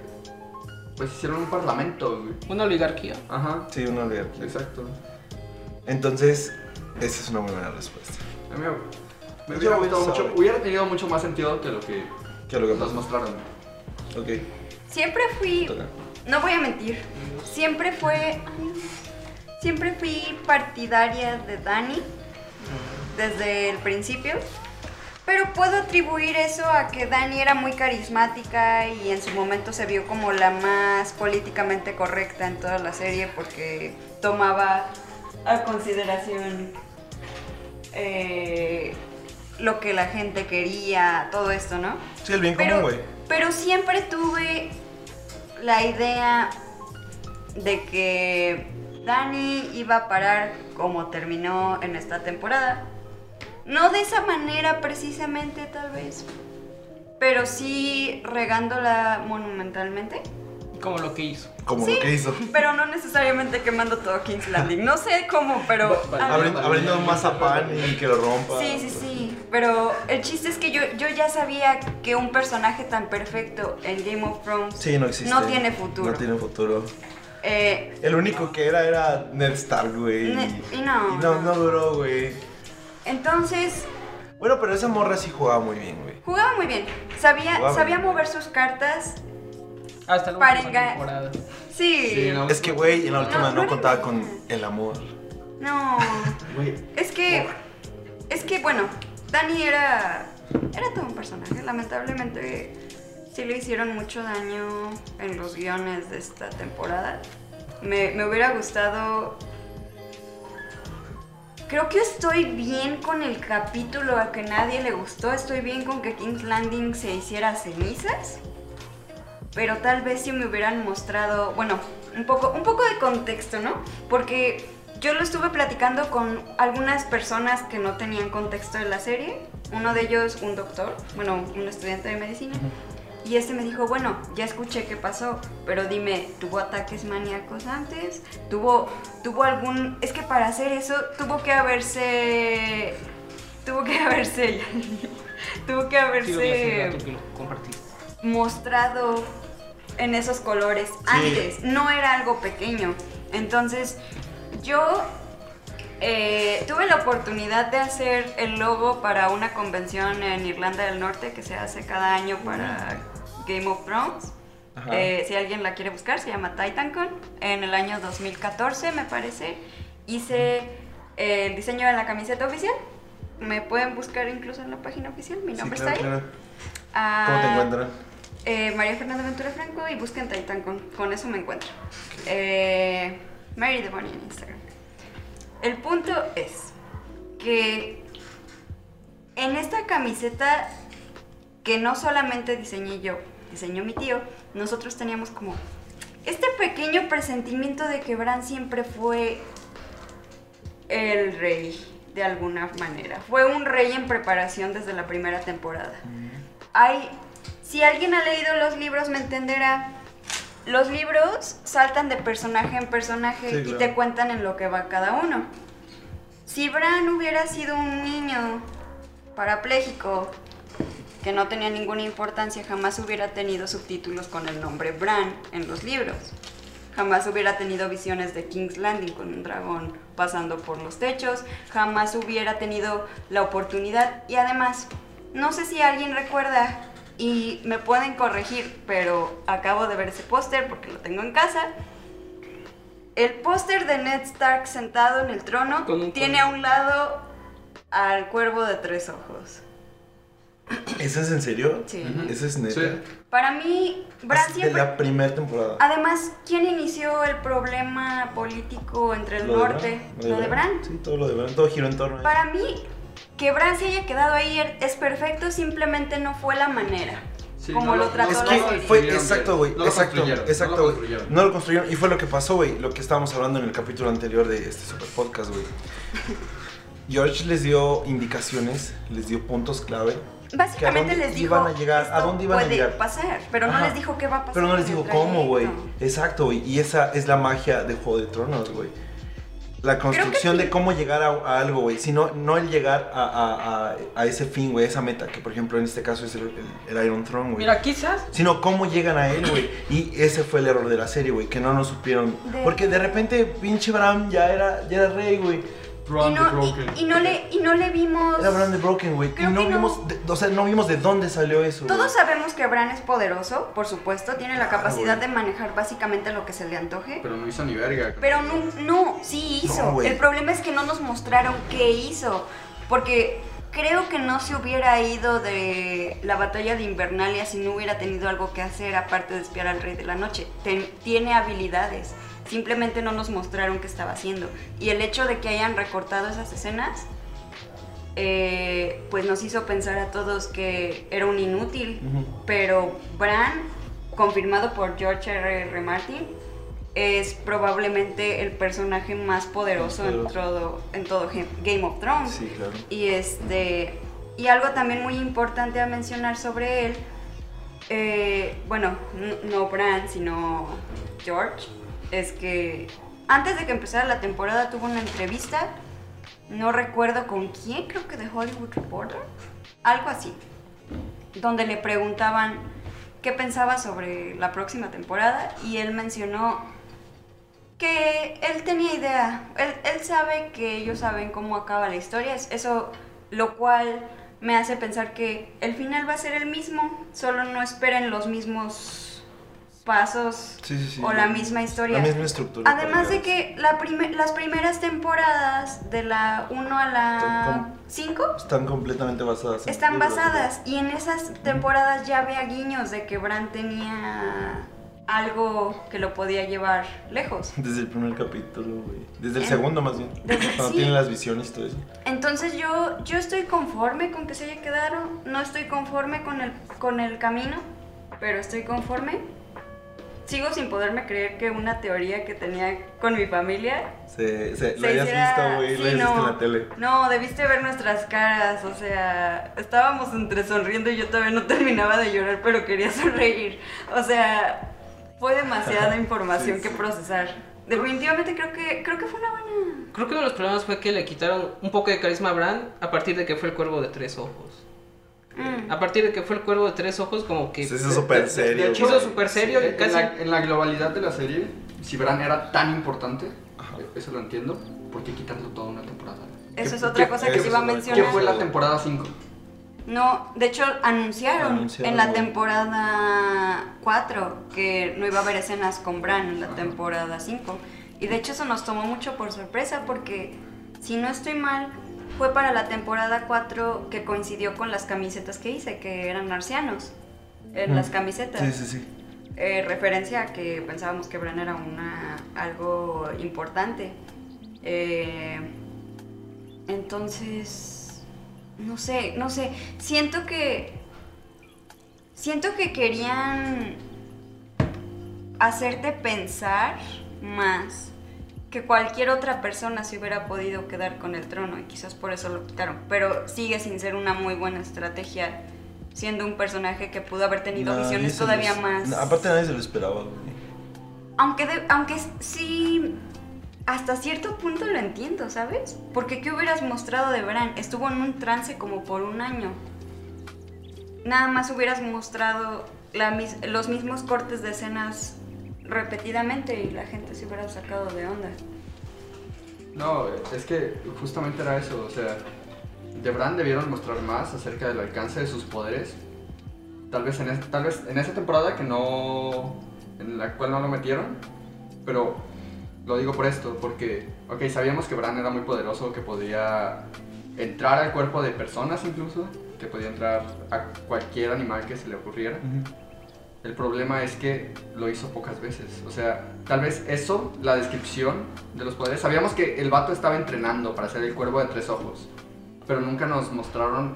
Speaker 3: pues hicieron un parlamento, güey.
Speaker 2: Una oligarquía.
Speaker 3: Ajá,
Speaker 1: Sí, una oligarquía.
Speaker 3: exacto.
Speaker 1: Entonces, esa es una muy buena respuesta.
Speaker 3: A mí me
Speaker 1: Yo
Speaker 3: hubiera gustado
Speaker 1: pensaba-
Speaker 3: mucho, hubiera tenido mucho más sentido que lo que
Speaker 1: ¿Qué es lo que
Speaker 3: nos
Speaker 1: pasó?
Speaker 3: mostraron.
Speaker 1: Ok,
Speaker 4: Siempre fui,
Speaker 1: toca.
Speaker 4: no voy a mentir, siempre fue, ay, siempre fui partidaria de Dani desde el principio, pero puedo atribuir eso a que Dani era muy carismática y en su momento se vio como la más políticamente correcta en toda la serie porque tomaba a consideración eh, lo que la gente quería, todo esto, ¿no?
Speaker 1: Sí, el bien común,
Speaker 4: Pero,
Speaker 1: güey.
Speaker 4: pero siempre tuve la idea de que Dani iba a parar como terminó en esta temporada. No de esa manera precisamente, tal vez. Pero sí regándola monumentalmente.
Speaker 2: Como lo que hizo.
Speaker 1: Como
Speaker 4: Sí.
Speaker 1: lo que hizo.
Speaker 4: Pero no necesariamente quemando todo King's Landing. No sé cómo, pero...
Speaker 3: Va- va-
Speaker 4: algo.
Speaker 1: Abri- abriendo pues. un mazapán y que lo rompa.
Speaker 4: Sí, sí, sí. Pero el chiste es que yo, yo ya sabía que un personaje tan perfecto en Game of Thrones
Speaker 1: Sí, no existe.
Speaker 4: No tiene futuro.
Speaker 1: No tiene futuro.
Speaker 4: Eh,
Speaker 1: El único que era era Ned Stark, güey.
Speaker 4: Ne- y no,
Speaker 1: Y no,
Speaker 4: no.
Speaker 1: no duró, güey.
Speaker 4: entonces,
Speaker 1: Bueno, pero esa morra sí jugaba muy bien, güey.
Speaker 4: jugaba muy bien. Sabía,
Speaker 1: Jugaba
Speaker 4: sabía
Speaker 1: bien.
Speaker 4: mover sus cartas.
Speaker 2: Hasta la
Speaker 4: Para
Speaker 2: última
Speaker 4: enga-
Speaker 2: temporada.
Speaker 4: Sí.
Speaker 3: Sí,
Speaker 4: no.
Speaker 3: no.
Speaker 1: Es que, güey, en la
Speaker 4: No,
Speaker 1: última
Speaker 4: no
Speaker 1: no
Speaker 4: era
Speaker 1: contaba
Speaker 4: nada.
Speaker 1: con el amor.
Speaker 3: Güey,
Speaker 4: Es que. Es que, bueno, Dani era. Era todo un personaje. Lamentablemente, sí le hicieron mucho daño en los guiones de esta temporada. Me, me hubiera gustado. Creo que estoy bien con el capítulo a que nadie le gustó. Estoy bien con que King's Landing se hiciera cenizas. pero tal vez si me hubieran mostrado, bueno, un poco, un poco de contexto, ¿no? Porque yo lo estuve platicando con algunas personas que no tenían contexto de la serie, uno de ellos un doctor, bueno, un estudiante de medicina, y este me dijo, bueno, ya escuché qué pasó, pero dime, ¿tuvo ataques maníacos antes? ¿Tuvo, tuvo algún, es que para hacer eso tuvo que haberse, tuvo que haberse, (laughs) tuvo que
Speaker 2: Sí, lo vi hace
Speaker 4: haberse
Speaker 2: rato que lo compartiste.
Speaker 4: mostrado en esos colores antes. No era algo pequeño. Entonces, yo eh, tuve la oportunidad de hacer el logo para una convención en Irlanda del Norte que se hace cada año para Game of Thrones.
Speaker 1: Ajá.
Speaker 4: Eh, si alguien la quiere buscar, se llama TitanCon. En el año 2014, me parece, hice eh, el diseño de la camiseta oficial. Me pueden buscar incluso en la página oficial. Mi
Speaker 1: Sí,
Speaker 4: nombre
Speaker 1: claro,
Speaker 4: está ahí.
Speaker 1: claro. ¿Cómo te
Speaker 4: Ah,
Speaker 1: encuentran?
Speaker 4: eh, María Fernanda Ventura Franco y busquen Titan con, con eso me encuentro. Eh, Mary the Bunny en Instagram. El punto es que en esta camiseta que no solamente diseñé yo, diseñó mi tío, nosotros teníamos como este pequeño presentimiento de que Bran siempre fue el rey de alguna manera. Fue un rey en preparación desde la primera temporada
Speaker 1: Mm.
Speaker 4: hay, si alguien ha leído los libros me entenderá. Los libros saltan de personaje en personaje
Speaker 1: Sí,
Speaker 4: y
Speaker 1: claro.
Speaker 4: te cuentan en lo que va cada uno. Si Bran hubiera sido un niño parapléjico que no tenía ninguna importancia, jamás hubiera tenido subtítulos con el nombre Bran en los libros. Jamás hubiera tenido visiones de King's Landing con un dragón pasando por los techos. Jamás hubiera tenido la oportunidad. Y además, no sé si alguien recuerda y me pueden corregir, pero acabo de ver ese póster porque lo tengo en casa. El póster de Ned Stark sentado en el trono
Speaker 2: Con un
Speaker 4: tiene a un lado al cuervo de tres ojos.
Speaker 1: ¿Eso es en serio?
Speaker 4: Sí.
Speaker 3: Ujú.
Speaker 1: ¿Eso es neta?
Speaker 3: Sí.
Speaker 4: Para mí, Bran
Speaker 1: Hasta
Speaker 4: siempre... Ah,
Speaker 1: De la primera temporada.
Speaker 4: Además, ¿quién inició el problema político entre el
Speaker 1: Lo de Bran,
Speaker 4: norte? Lo de Bran.
Speaker 1: Sí, todo lo de Bran. Todo giró en torno a
Speaker 4: Para mí, que Bran se haya quedado ahí er- es perfecto, simplemente no fue la manera.
Speaker 3: Sí,
Speaker 4: como
Speaker 3: no
Speaker 4: lo
Speaker 3: lo-
Speaker 4: trató
Speaker 1: Es
Speaker 4: la
Speaker 1: que
Speaker 3: no lo
Speaker 4: serie.
Speaker 1: fue
Speaker 3: construyeron,
Speaker 1: exacto, güey.
Speaker 3: güey. No lo
Speaker 1: exacto,
Speaker 3: construyeron, no lo
Speaker 1: exacto, güey.
Speaker 3: construyeron.
Speaker 1: No lo construyeron. Y fue lo que pasó, güey. Lo que estábamos hablando en el capítulo anterior de este super podcast, güey. George les dio indicaciones, les dio puntos clave.
Speaker 4: Básicamente
Speaker 1: que a dónde
Speaker 4: les dijo
Speaker 1: iban a llegar,
Speaker 4: "Esto
Speaker 1: a dónde iban a
Speaker 4: puede
Speaker 1: llegar.
Speaker 4: pasar, pero no
Speaker 1: Ajá.
Speaker 4: les dijo qué va a pasar.
Speaker 1: Pero no les
Speaker 4: en el
Speaker 1: digo cómo, güey.
Speaker 4: trayecto.
Speaker 1: Exacto, güey. Y esa es la magia de Juego de Tronos, güey. La construcción
Speaker 4: sí.
Speaker 1: de cómo llegar a, a algo, güey. Sino no el llegar a, a- a- a ese fin, güey, a esa meta, que por ejemplo en este caso es el, el- el Iron Throne, güey.
Speaker 2: Mira, quizás
Speaker 1: Sino cómo llegan a él, güey. Y ese fue el error de la serie, güey, que no nos supieron.
Speaker 4: De-
Speaker 1: Porque de repente, pinche Bram ya era, ya era rey, güey.
Speaker 4: Y no, y- y no le, y no le vimos.
Speaker 1: Era Bram de Broken, güey. Y
Speaker 4: Pues, Creo
Speaker 1: no
Speaker 4: que no.
Speaker 1: vimos, de- o sea, no vimos de dónde salió eso. güey.
Speaker 4: Todos sabemos que Bran es poderoso, por supuesto, tiene la capacidad
Speaker 1: Ah, güey.
Speaker 4: de manejar básicamente lo que se le antoje.
Speaker 3: Pero no hizo ni verga.
Speaker 4: Pero no, no, sí hizo.
Speaker 1: No, güey.
Speaker 4: el problema es que no nos mostraron qué hizo. Porque creo que no se hubiera ido de la batalla de Invernalia si no hubiera tenido algo que hacer aparte de espiar al Rey de la Noche. Ten- tiene habilidades. Simplemente no nos mostraron qué estaba haciendo. Y el hecho de que hayan recortado esas escenas, eh, pues nos hizo pensar a todos que era un inútil.
Speaker 1: Ujú.
Speaker 4: Pero Bran, confirmado por George R.R. Martin, es probablemente el personaje más poderoso en
Speaker 1: Poderoso.
Speaker 4: todo, en todo Ge- Game of Thrones.
Speaker 1: Sí, claro.
Speaker 4: Y este. Y algo también muy importante a mencionar sobre él. eh, bueno, n- no Bran, sino George. Es que antes de que empezara la temporada tuvo una entrevista. No recuerdo con quién, creo que de Hollywood Reporter. Algo así. Donde le preguntaban qué pensaba sobre la próxima temporada. Y él mencionó que él tenía idea, él, él sabe que ellos saben cómo acaba la historia, es- eso lo cual me hace pensar que el final va a ser el mismo, solo no esperen los mismos pasos
Speaker 1: Sí, sí, sí.
Speaker 4: o la misma historia.
Speaker 1: La misma estructura.
Speaker 4: Además de
Speaker 1: para
Speaker 4: que la prime- las primeras temporadas de la 1 a la
Speaker 1: Son
Speaker 4: 5
Speaker 1: Están completamente basadas. en
Speaker 4: están
Speaker 1: libros, güey.
Speaker 4: basadas y en esas temporadas ya había guiños de que Bran tenía algo que lo podía llevar lejos.
Speaker 1: Desde el primer capítulo, güey. Desde el
Speaker 4: Eh,
Speaker 1: segundo, más bien.
Speaker 4: desde-
Speaker 1: Cuando
Speaker 4: sí.
Speaker 1: tienen las visiones y todo eso.
Speaker 4: Entonces yo, yo estoy conforme con que se haya quedado, no estoy conforme con el, con el camino, pero estoy conforme. Sigo sin poderme creer que una teoría que tenía con mi familia
Speaker 1: Se, se, lo
Speaker 4: se
Speaker 1: hayas
Speaker 4: hiciera-
Speaker 1: visto, güey.
Speaker 4: sí,
Speaker 1: lo hayas visto
Speaker 4: no.
Speaker 1: en la tele.
Speaker 4: No, debiste ver nuestras caras, o sea, estábamos entre sonriendo y yo todavía no (laughs) terminaba de llorar, pero quería (laughs) sonreír. O sea, fue demasiada
Speaker 1: (laughs)
Speaker 4: información
Speaker 1: Sí,
Speaker 4: que
Speaker 1: sí.
Speaker 4: procesar. Definitivamente creo que creo que fue una buena
Speaker 2: creo que uno de los problemas fue que le quitaron un poco de carisma a Bran a partir de que fue el cuervo de tres ojos.
Speaker 4: Mm.
Speaker 2: A partir de que fue el cuervo de tres ojos, como que.
Speaker 1: Se hizo súper serio.
Speaker 3: De hecho,
Speaker 1: güey.
Speaker 2: Hizo súper serio y
Speaker 3: en,
Speaker 2: casi-
Speaker 3: la, en la globalidad de la serie, si Bran era tan importante,
Speaker 1: Ajá.
Speaker 3: eh, eso lo entiendo, ¿por qué quitarlo toda una temporada?
Speaker 4: Eso
Speaker 3: ¿Qué-
Speaker 4: es otra
Speaker 1: qué-
Speaker 4: cosa que
Speaker 1: eso
Speaker 4: se iba a
Speaker 1: es otra cosa.
Speaker 3: ¿Qué
Speaker 4: mencionar.
Speaker 3: fue la temporada 5?
Speaker 4: No, de hecho anunciaron,
Speaker 1: Anunciaron,
Speaker 4: en la
Speaker 1: güey.
Speaker 4: temporada 4 que no iba a haber escenas con Bran en la temporada 5. Y de hecho eso nos tomó mucho por sorpresa porque, si no estoy mal, fue para la temporada 4 que coincidió con las camisetas que hice, que eran marcianos. En
Speaker 1: Mm.
Speaker 4: las camisetas.
Speaker 1: Sí, sí, sí.
Speaker 4: Eh, referencia a que pensábamos que Bran era una, algo importante. Eh, entonces, no sé, no sé. Siento que. Siento que querían hacerte pensar más que cualquier otra persona se hubiera podido quedar con el trono y quizás por eso lo quitaron. Pero sigue sin ser una muy buena estrategia siendo un personaje que pudo haber tenido
Speaker 1: Nadie
Speaker 4: visiones
Speaker 1: se lo
Speaker 4: todavía
Speaker 1: es-
Speaker 4: más...
Speaker 1: No, aparte, nadie se lo esperaba, güey.
Speaker 4: Aunque, de- aunque sí, hasta cierto punto lo entiendo, ¿sabes? Porque ¿qué hubieras mostrado de Bran? Estuvo en un trance como por un año. Nada más hubieras mostrado la mis- los mismos cortes de escenas repetidamente y la gente se hubiera sacado de onda.
Speaker 3: No, eh, es que justamente era eso, o sea, de Bran debieron mostrar más acerca del alcance de sus poderes. Tal vez en, es- tal vez en esa temporada que no. en la cual no lo metieron, pero Lo digo por esto, porque, ok, sabíamos que Bran era muy poderoso, que podía entrar al cuerpo de personas incluso, que podía entrar a cualquier animal que se le ocurriera. El problema es que lo hizo pocas veces. O sea, tal vez eso, la descripción de los poderes. Sabíamos que el vato estaba entrenando para ser el cuervo de tres ojos, pero nunca nos mostraron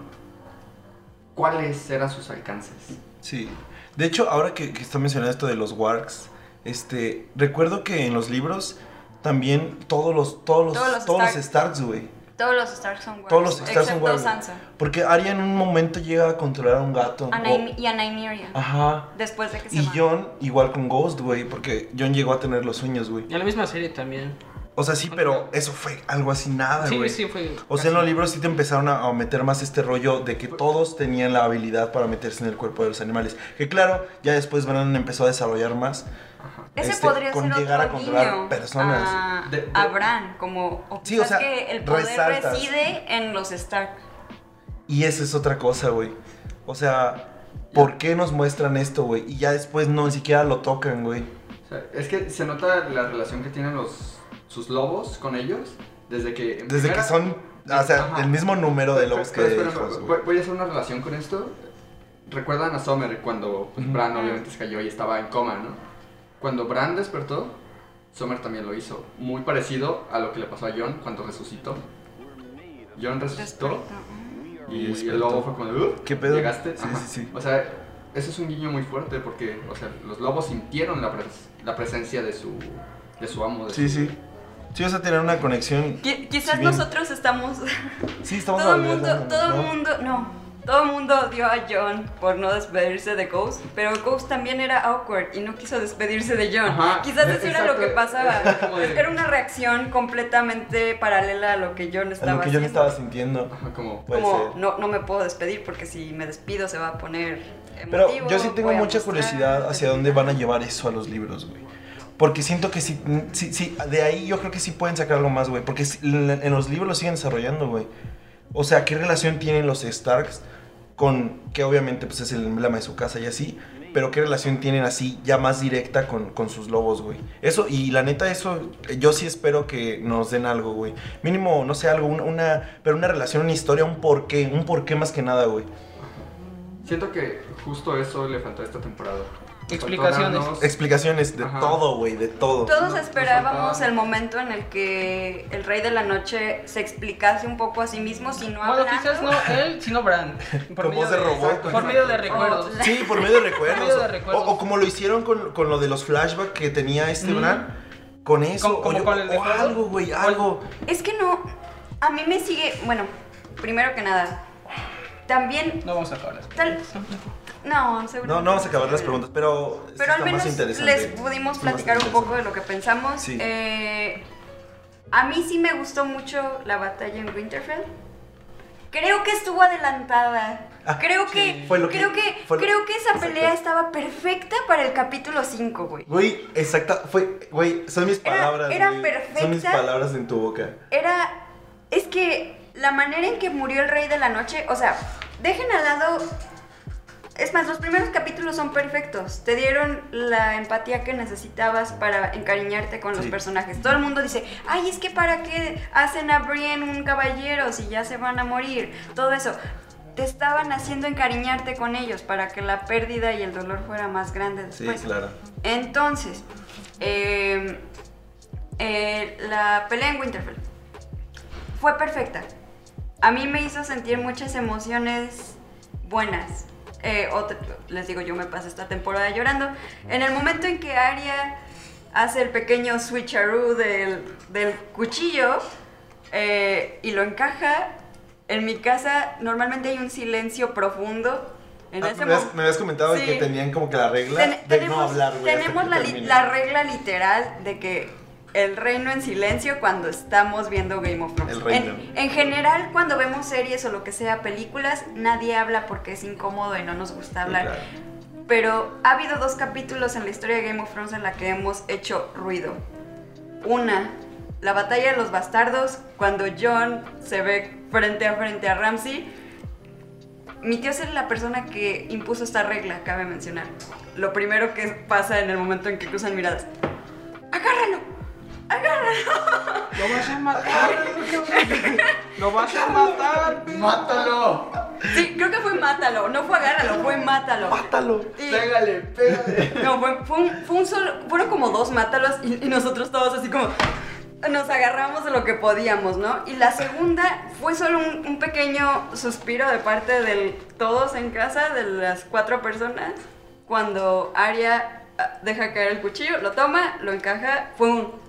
Speaker 3: cuáles eran sus alcances.
Speaker 1: Sí. De hecho, ahora que, que está mencionando esto de los wargs, este, recuerdo que en los libros también todos los, todos los,
Speaker 4: Todos los
Speaker 1: todos los
Speaker 4: Stark.
Speaker 1: Starks, güey.
Speaker 4: Todos los Stark son huevos.
Speaker 1: Todos los Stark son
Speaker 4: excepto
Speaker 1: wargs.
Speaker 4: Sansa.
Speaker 1: Porque Arya en un momento llega a controlar a un gato.
Speaker 4: A
Speaker 1: o-
Speaker 4: Naim- y a Nymeria.
Speaker 1: Ajá.
Speaker 4: Después de que se
Speaker 1: Y
Speaker 4: va.
Speaker 1: John igual con Ghost, güey, porque John llegó a tener los sueños, güey.
Speaker 2: Y en la misma serie también.
Speaker 1: O sea, sí, pero eso fue algo así nada,
Speaker 2: Sí,
Speaker 1: güey.
Speaker 2: sí, fue.
Speaker 1: O sea, en los libros sí te empezaron a, a meter más este rollo de
Speaker 3: Pues
Speaker 1: que todos tenían la habilidad para meterse en el cuerpo de los animales. Que claro, ya después Bran empezó a desarrollar más.
Speaker 4: Ese
Speaker 1: este,
Speaker 4: podría
Speaker 1: con
Speaker 4: ser otro
Speaker 1: llegar a controlar
Speaker 4: guiño
Speaker 1: personas.
Speaker 4: A,
Speaker 3: De- de-
Speaker 4: a Bran, como. O
Speaker 1: Sí, o sea,
Speaker 4: quizás que el poder
Speaker 1: resaltas.
Speaker 4: reside en los Stark.
Speaker 1: Y eso es otra cosa, güey. O sea, ¿por qué nos muestran esto, güey? Y ya después no, ni siquiera lo tocan, güey.
Speaker 3: O sea, es que se nota la relación que tienen los, sus lobos con ellos desde que... en
Speaker 1: Desde que
Speaker 3: primera-
Speaker 1: son, o sea,
Speaker 3: Ajá.
Speaker 1: el mismo número de
Speaker 3: Pero-
Speaker 1: lobos que
Speaker 3: pero espera,
Speaker 1: hijos,
Speaker 3: voy,
Speaker 1: güey.
Speaker 3: voy a hacer una relación con esto. ¿Recuerdan a Sommer cuando pues,
Speaker 1: Ujú.
Speaker 3: Bran obviamente se cayó y estaba en coma, no? Cuando Bran despertó, Sommer también lo hizo. Muy parecido a lo que le pasó a John cuando resucitó. John resucitó
Speaker 4: Despertó.
Speaker 1: Y
Speaker 3: y,
Speaker 1: despertó.
Speaker 3: el lobo fue como de, "Uh,
Speaker 1: ¿Qué pedo?"
Speaker 3: ¿Llegaste?
Speaker 1: Sí,
Speaker 3: Ajá.
Speaker 1: sí, sí.
Speaker 3: O sea, eso es un guiño muy fuerte porque, o sea, los lobos sintieron la, pres- la presencia de su, de su amo. de
Speaker 1: Sí,
Speaker 3: su-
Speaker 1: sí. Sí, vas a tener una conexión.
Speaker 4: Qui- Quizás
Speaker 1: Si bien-
Speaker 4: nosotros estamos.
Speaker 1: Sí, estamos
Speaker 4: (laughs) todo el
Speaker 1: hablando,
Speaker 4: mundo, todo el
Speaker 1: ¿no?
Speaker 4: mundo, no, todo el mundo odió a John por no despedirse de Ghost, pero Ghost también era awkward y no quiso despedirse de John.
Speaker 3: Ajá,
Speaker 4: Quizás
Speaker 3: e-
Speaker 4: eso era lo
Speaker 3: exacto,
Speaker 4: que pasaba.
Speaker 3: es (laughs) como de-
Speaker 4: Era una reacción completamente paralela a lo que John
Speaker 1: A
Speaker 4: estaba
Speaker 1: lo que yo no
Speaker 4: haciendo.
Speaker 1: estaba sintiendo.
Speaker 3: Ajá, como...
Speaker 1: Puede
Speaker 4: Como,
Speaker 1: ser.
Speaker 4: no, no me puedo despedir porque si me despido se va a poner
Speaker 1: Pero
Speaker 4: emotivo,
Speaker 1: yo sí tengo
Speaker 4: voy a
Speaker 1: mucha
Speaker 4: mostrar".
Speaker 1: curiosidad hacia dónde van a llevar eso a los libros, güey. Porque siento que sí, sí, sí, de ahí yo creo que sí pueden sacar algo más, güey. Porque sí, en en los libros lo siguen desarrollando, güey. O sea, ¿qué relación tienen los Starks con, que obviamente pues es el emblema de su casa y así, pero qué relación tienen así ya más directa con, con sus lobos, güey? Eso, y la neta, eso, eh, yo sí espero que nos den algo, güey. Mínimo, no sé, algo, un- una, pero una relación, una historia, un porqué, un porqué más que nada, güey.
Speaker 3: Siento que justo eso le faltó a esta temporada. Faltó
Speaker 2: Explicaciones.
Speaker 3: darnos-
Speaker 1: Explicaciones de
Speaker 3: Ajá.
Speaker 1: todo, güey, de todo.
Speaker 4: Todos
Speaker 3: Nos- nos
Speaker 4: esperábamos
Speaker 3: faltaba-
Speaker 4: el momento en el que el Rey de la Noche se explicase un poco a sí mismo, si no
Speaker 2: Bueno,
Speaker 4: hablando.
Speaker 2: quizás no él,
Speaker 1: (laughs)
Speaker 2: sino Bran. Por
Speaker 1: Con
Speaker 2: medio
Speaker 1: voz de robot,
Speaker 2: exacto, Por
Speaker 3: exacto.
Speaker 2: medio de recuerdos.
Speaker 4: Oh,
Speaker 1: Sí, por medio de
Speaker 2: Por
Speaker 1: recuerdos.
Speaker 2: medio de
Speaker 1: o-
Speaker 2: recuerdos.
Speaker 1: O, como lo hicieron con, con lo de los flashbacks que tenía este
Speaker 2: Ujú.
Speaker 1: Bran. Con eso.
Speaker 2: Como- como
Speaker 1: o, yo-
Speaker 2: con el de
Speaker 1: o
Speaker 2: Frodo.
Speaker 1: algo, güey, algo.
Speaker 4: Es que no. A mí me sigue. Bueno, primero que nada. También.
Speaker 2: No vamos a acabar. las-
Speaker 4: Tal, no, seguro.
Speaker 1: No, no vamos a acabar las preguntas, pero, sí
Speaker 4: Pero al
Speaker 1: está
Speaker 4: menos
Speaker 1: más interesante.
Speaker 4: les pudimos
Speaker 1: Está más
Speaker 4: platicar un
Speaker 1: interesante.
Speaker 4: poco de lo que pensamos.
Speaker 1: Sí.
Speaker 4: Eh, a mí sí me gustó mucho la batalla en Winterfell. Creo que estuvo adelantada.
Speaker 1: Ah,
Speaker 4: creo que,
Speaker 1: Fue lo que-
Speaker 4: creo que,
Speaker 1: fue lo-
Speaker 4: creo que esa
Speaker 1: Exacto.
Speaker 4: pelea estaba perfecta para el capítulo 5, güey.
Speaker 1: Güey, exacta, fue, güey, son mis
Speaker 4: Era-
Speaker 1: palabras,
Speaker 4: era
Speaker 1: güey. Son mis
Speaker 4: perfecta.
Speaker 1: palabras en tu boca.
Speaker 4: era. Es que la manera en que murió el rey de la noche, o sea, dejen al lado. Es más, los primeros capítulos son perfectos. Te dieron la empatía que necesitabas para encariñarte con los
Speaker 1: Sí.
Speaker 4: personajes. Todo el mundo dice, ay, es que para qué hacen a Brienne un caballero si ya se van a morir. Todo eso. Te estaban haciendo encariñarte con ellos para que la pérdida y el dolor fuera más grande
Speaker 1: Sí,
Speaker 4: después.
Speaker 1: claro.
Speaker 4: Entonces, eh, eh, la pelea en Winterfell fue perfecta. A mí me hizo sentir muchas emociones buenas. Eh, otra- les digo, yo me pasé esta temporada llorando. En el momento en que Arya hace el pequeño switcheroo del, del cuchillo eh, y lo encaja, en mi casa normalmente hay un silencio profundo. En
Speaker 1: Ah,
Speaker 4: ese
Speaker 1: me, habías,
Speaker 4: momento-
Speaker 1: me habías comentado de
Speaker 4: Sí.
Speaker 1: que tenían como que la regla
Speaker 4: Ten-
Speaker 1: de no hablar, güey. hasta
Speaker 4: tenemos
Speaker 1: que
Speaker 4: la, li-
Speaker 1: termine.
Speaker 4: la regla literal de que el reino en silencio cuando estamos viendo Game of Thrones.
Speaker 1: El reino.
Speaker 4: En, en general, cuando vemos series o lo que sea, películas, nadie habla porque es incómodo y no nos gusta
Speaker 1: Sí,
Speaker 4: hablar.
Speaker 1: claro.
Speaker 4: Pero ha habido dos capítulos en la historia de Game of Thrones en la que hemos hecho ruido. Una, la batalla de los bastardos, cuando John se ve frente a frente a Ramsey. Mi tío es la persona que impuso esta regla, cabe mencionar. Lo primero que pasa en el momento en que cruzan miradas. ¡Agárralo! ¡Agárralo!
Speaker 2: Lo vas a matar. Lo vas a matar.
Speaker 3: ¡Mátalo!
Speaker 4: Sí, creo que fue mátalo, no fue agárralo, fue mátalo.
Speaker 1: ¡Mátalo!
Speaker 4: Y-
Speaker 3: ¡Pégale, pégale!
Speaker 4: No, fue, fue un, fue un solo, fueron como dos mátalos y, y nosotros todos así como nos agarramos de lo que podíamos, ¿no? Y la segunda fue solo un, un pequeño suspiro de parte de todos en casa, de las cuatro personas, cuando Aria ah, deja caer el cuchillo, lo toma, lo encaja, fue un... (gasps)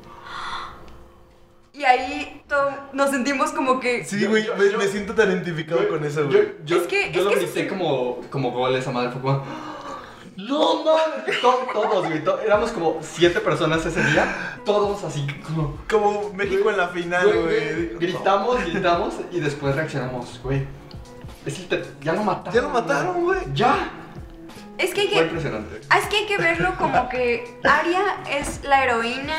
Speaker 4: Y ahí to- nos sentimos como que...
Speaker 1: Sí,
Speaker 3: Yo-
Speaker 1: güey,
Speaker 3: yo-
Speaker 1: me,
Speaker 3: yo-
Speaker 1: me siento tan identificado con eso,
Speaker 3: (laughs) Yo,
Speaker 1: güey.
Speaker 3: yo,
Speaker 4: Es que-
Speaker 3: yo
Speaker 4: es
Speaker 3: lo
Speaker 4: que
Speaker 3: grité
Speaker 4: sí.
Speaker 3: como, como gol esa madre, fue como... ¡No, mames! To- todos, güey, to- éramos como siete personas ese día, todos así como...
Speaker 1: Como México en la final,
Speaker 3: Güey, güey,
Speaker 1: Ah, güey.
Speaker 3: Gritamos, gritamos y después reaccionamos, güey. Es el ter- ya lo mataron.
Speaker 1: Ya lo mataron, güey.
Speaker 3: Ya.
Speaker 4: Es que hay
Speaker 3: Fue
Speaker 4: que...
Speaker 3: impresionante.
Speaker 4: Ah, Es que hay que verlo como que Aria es la heroína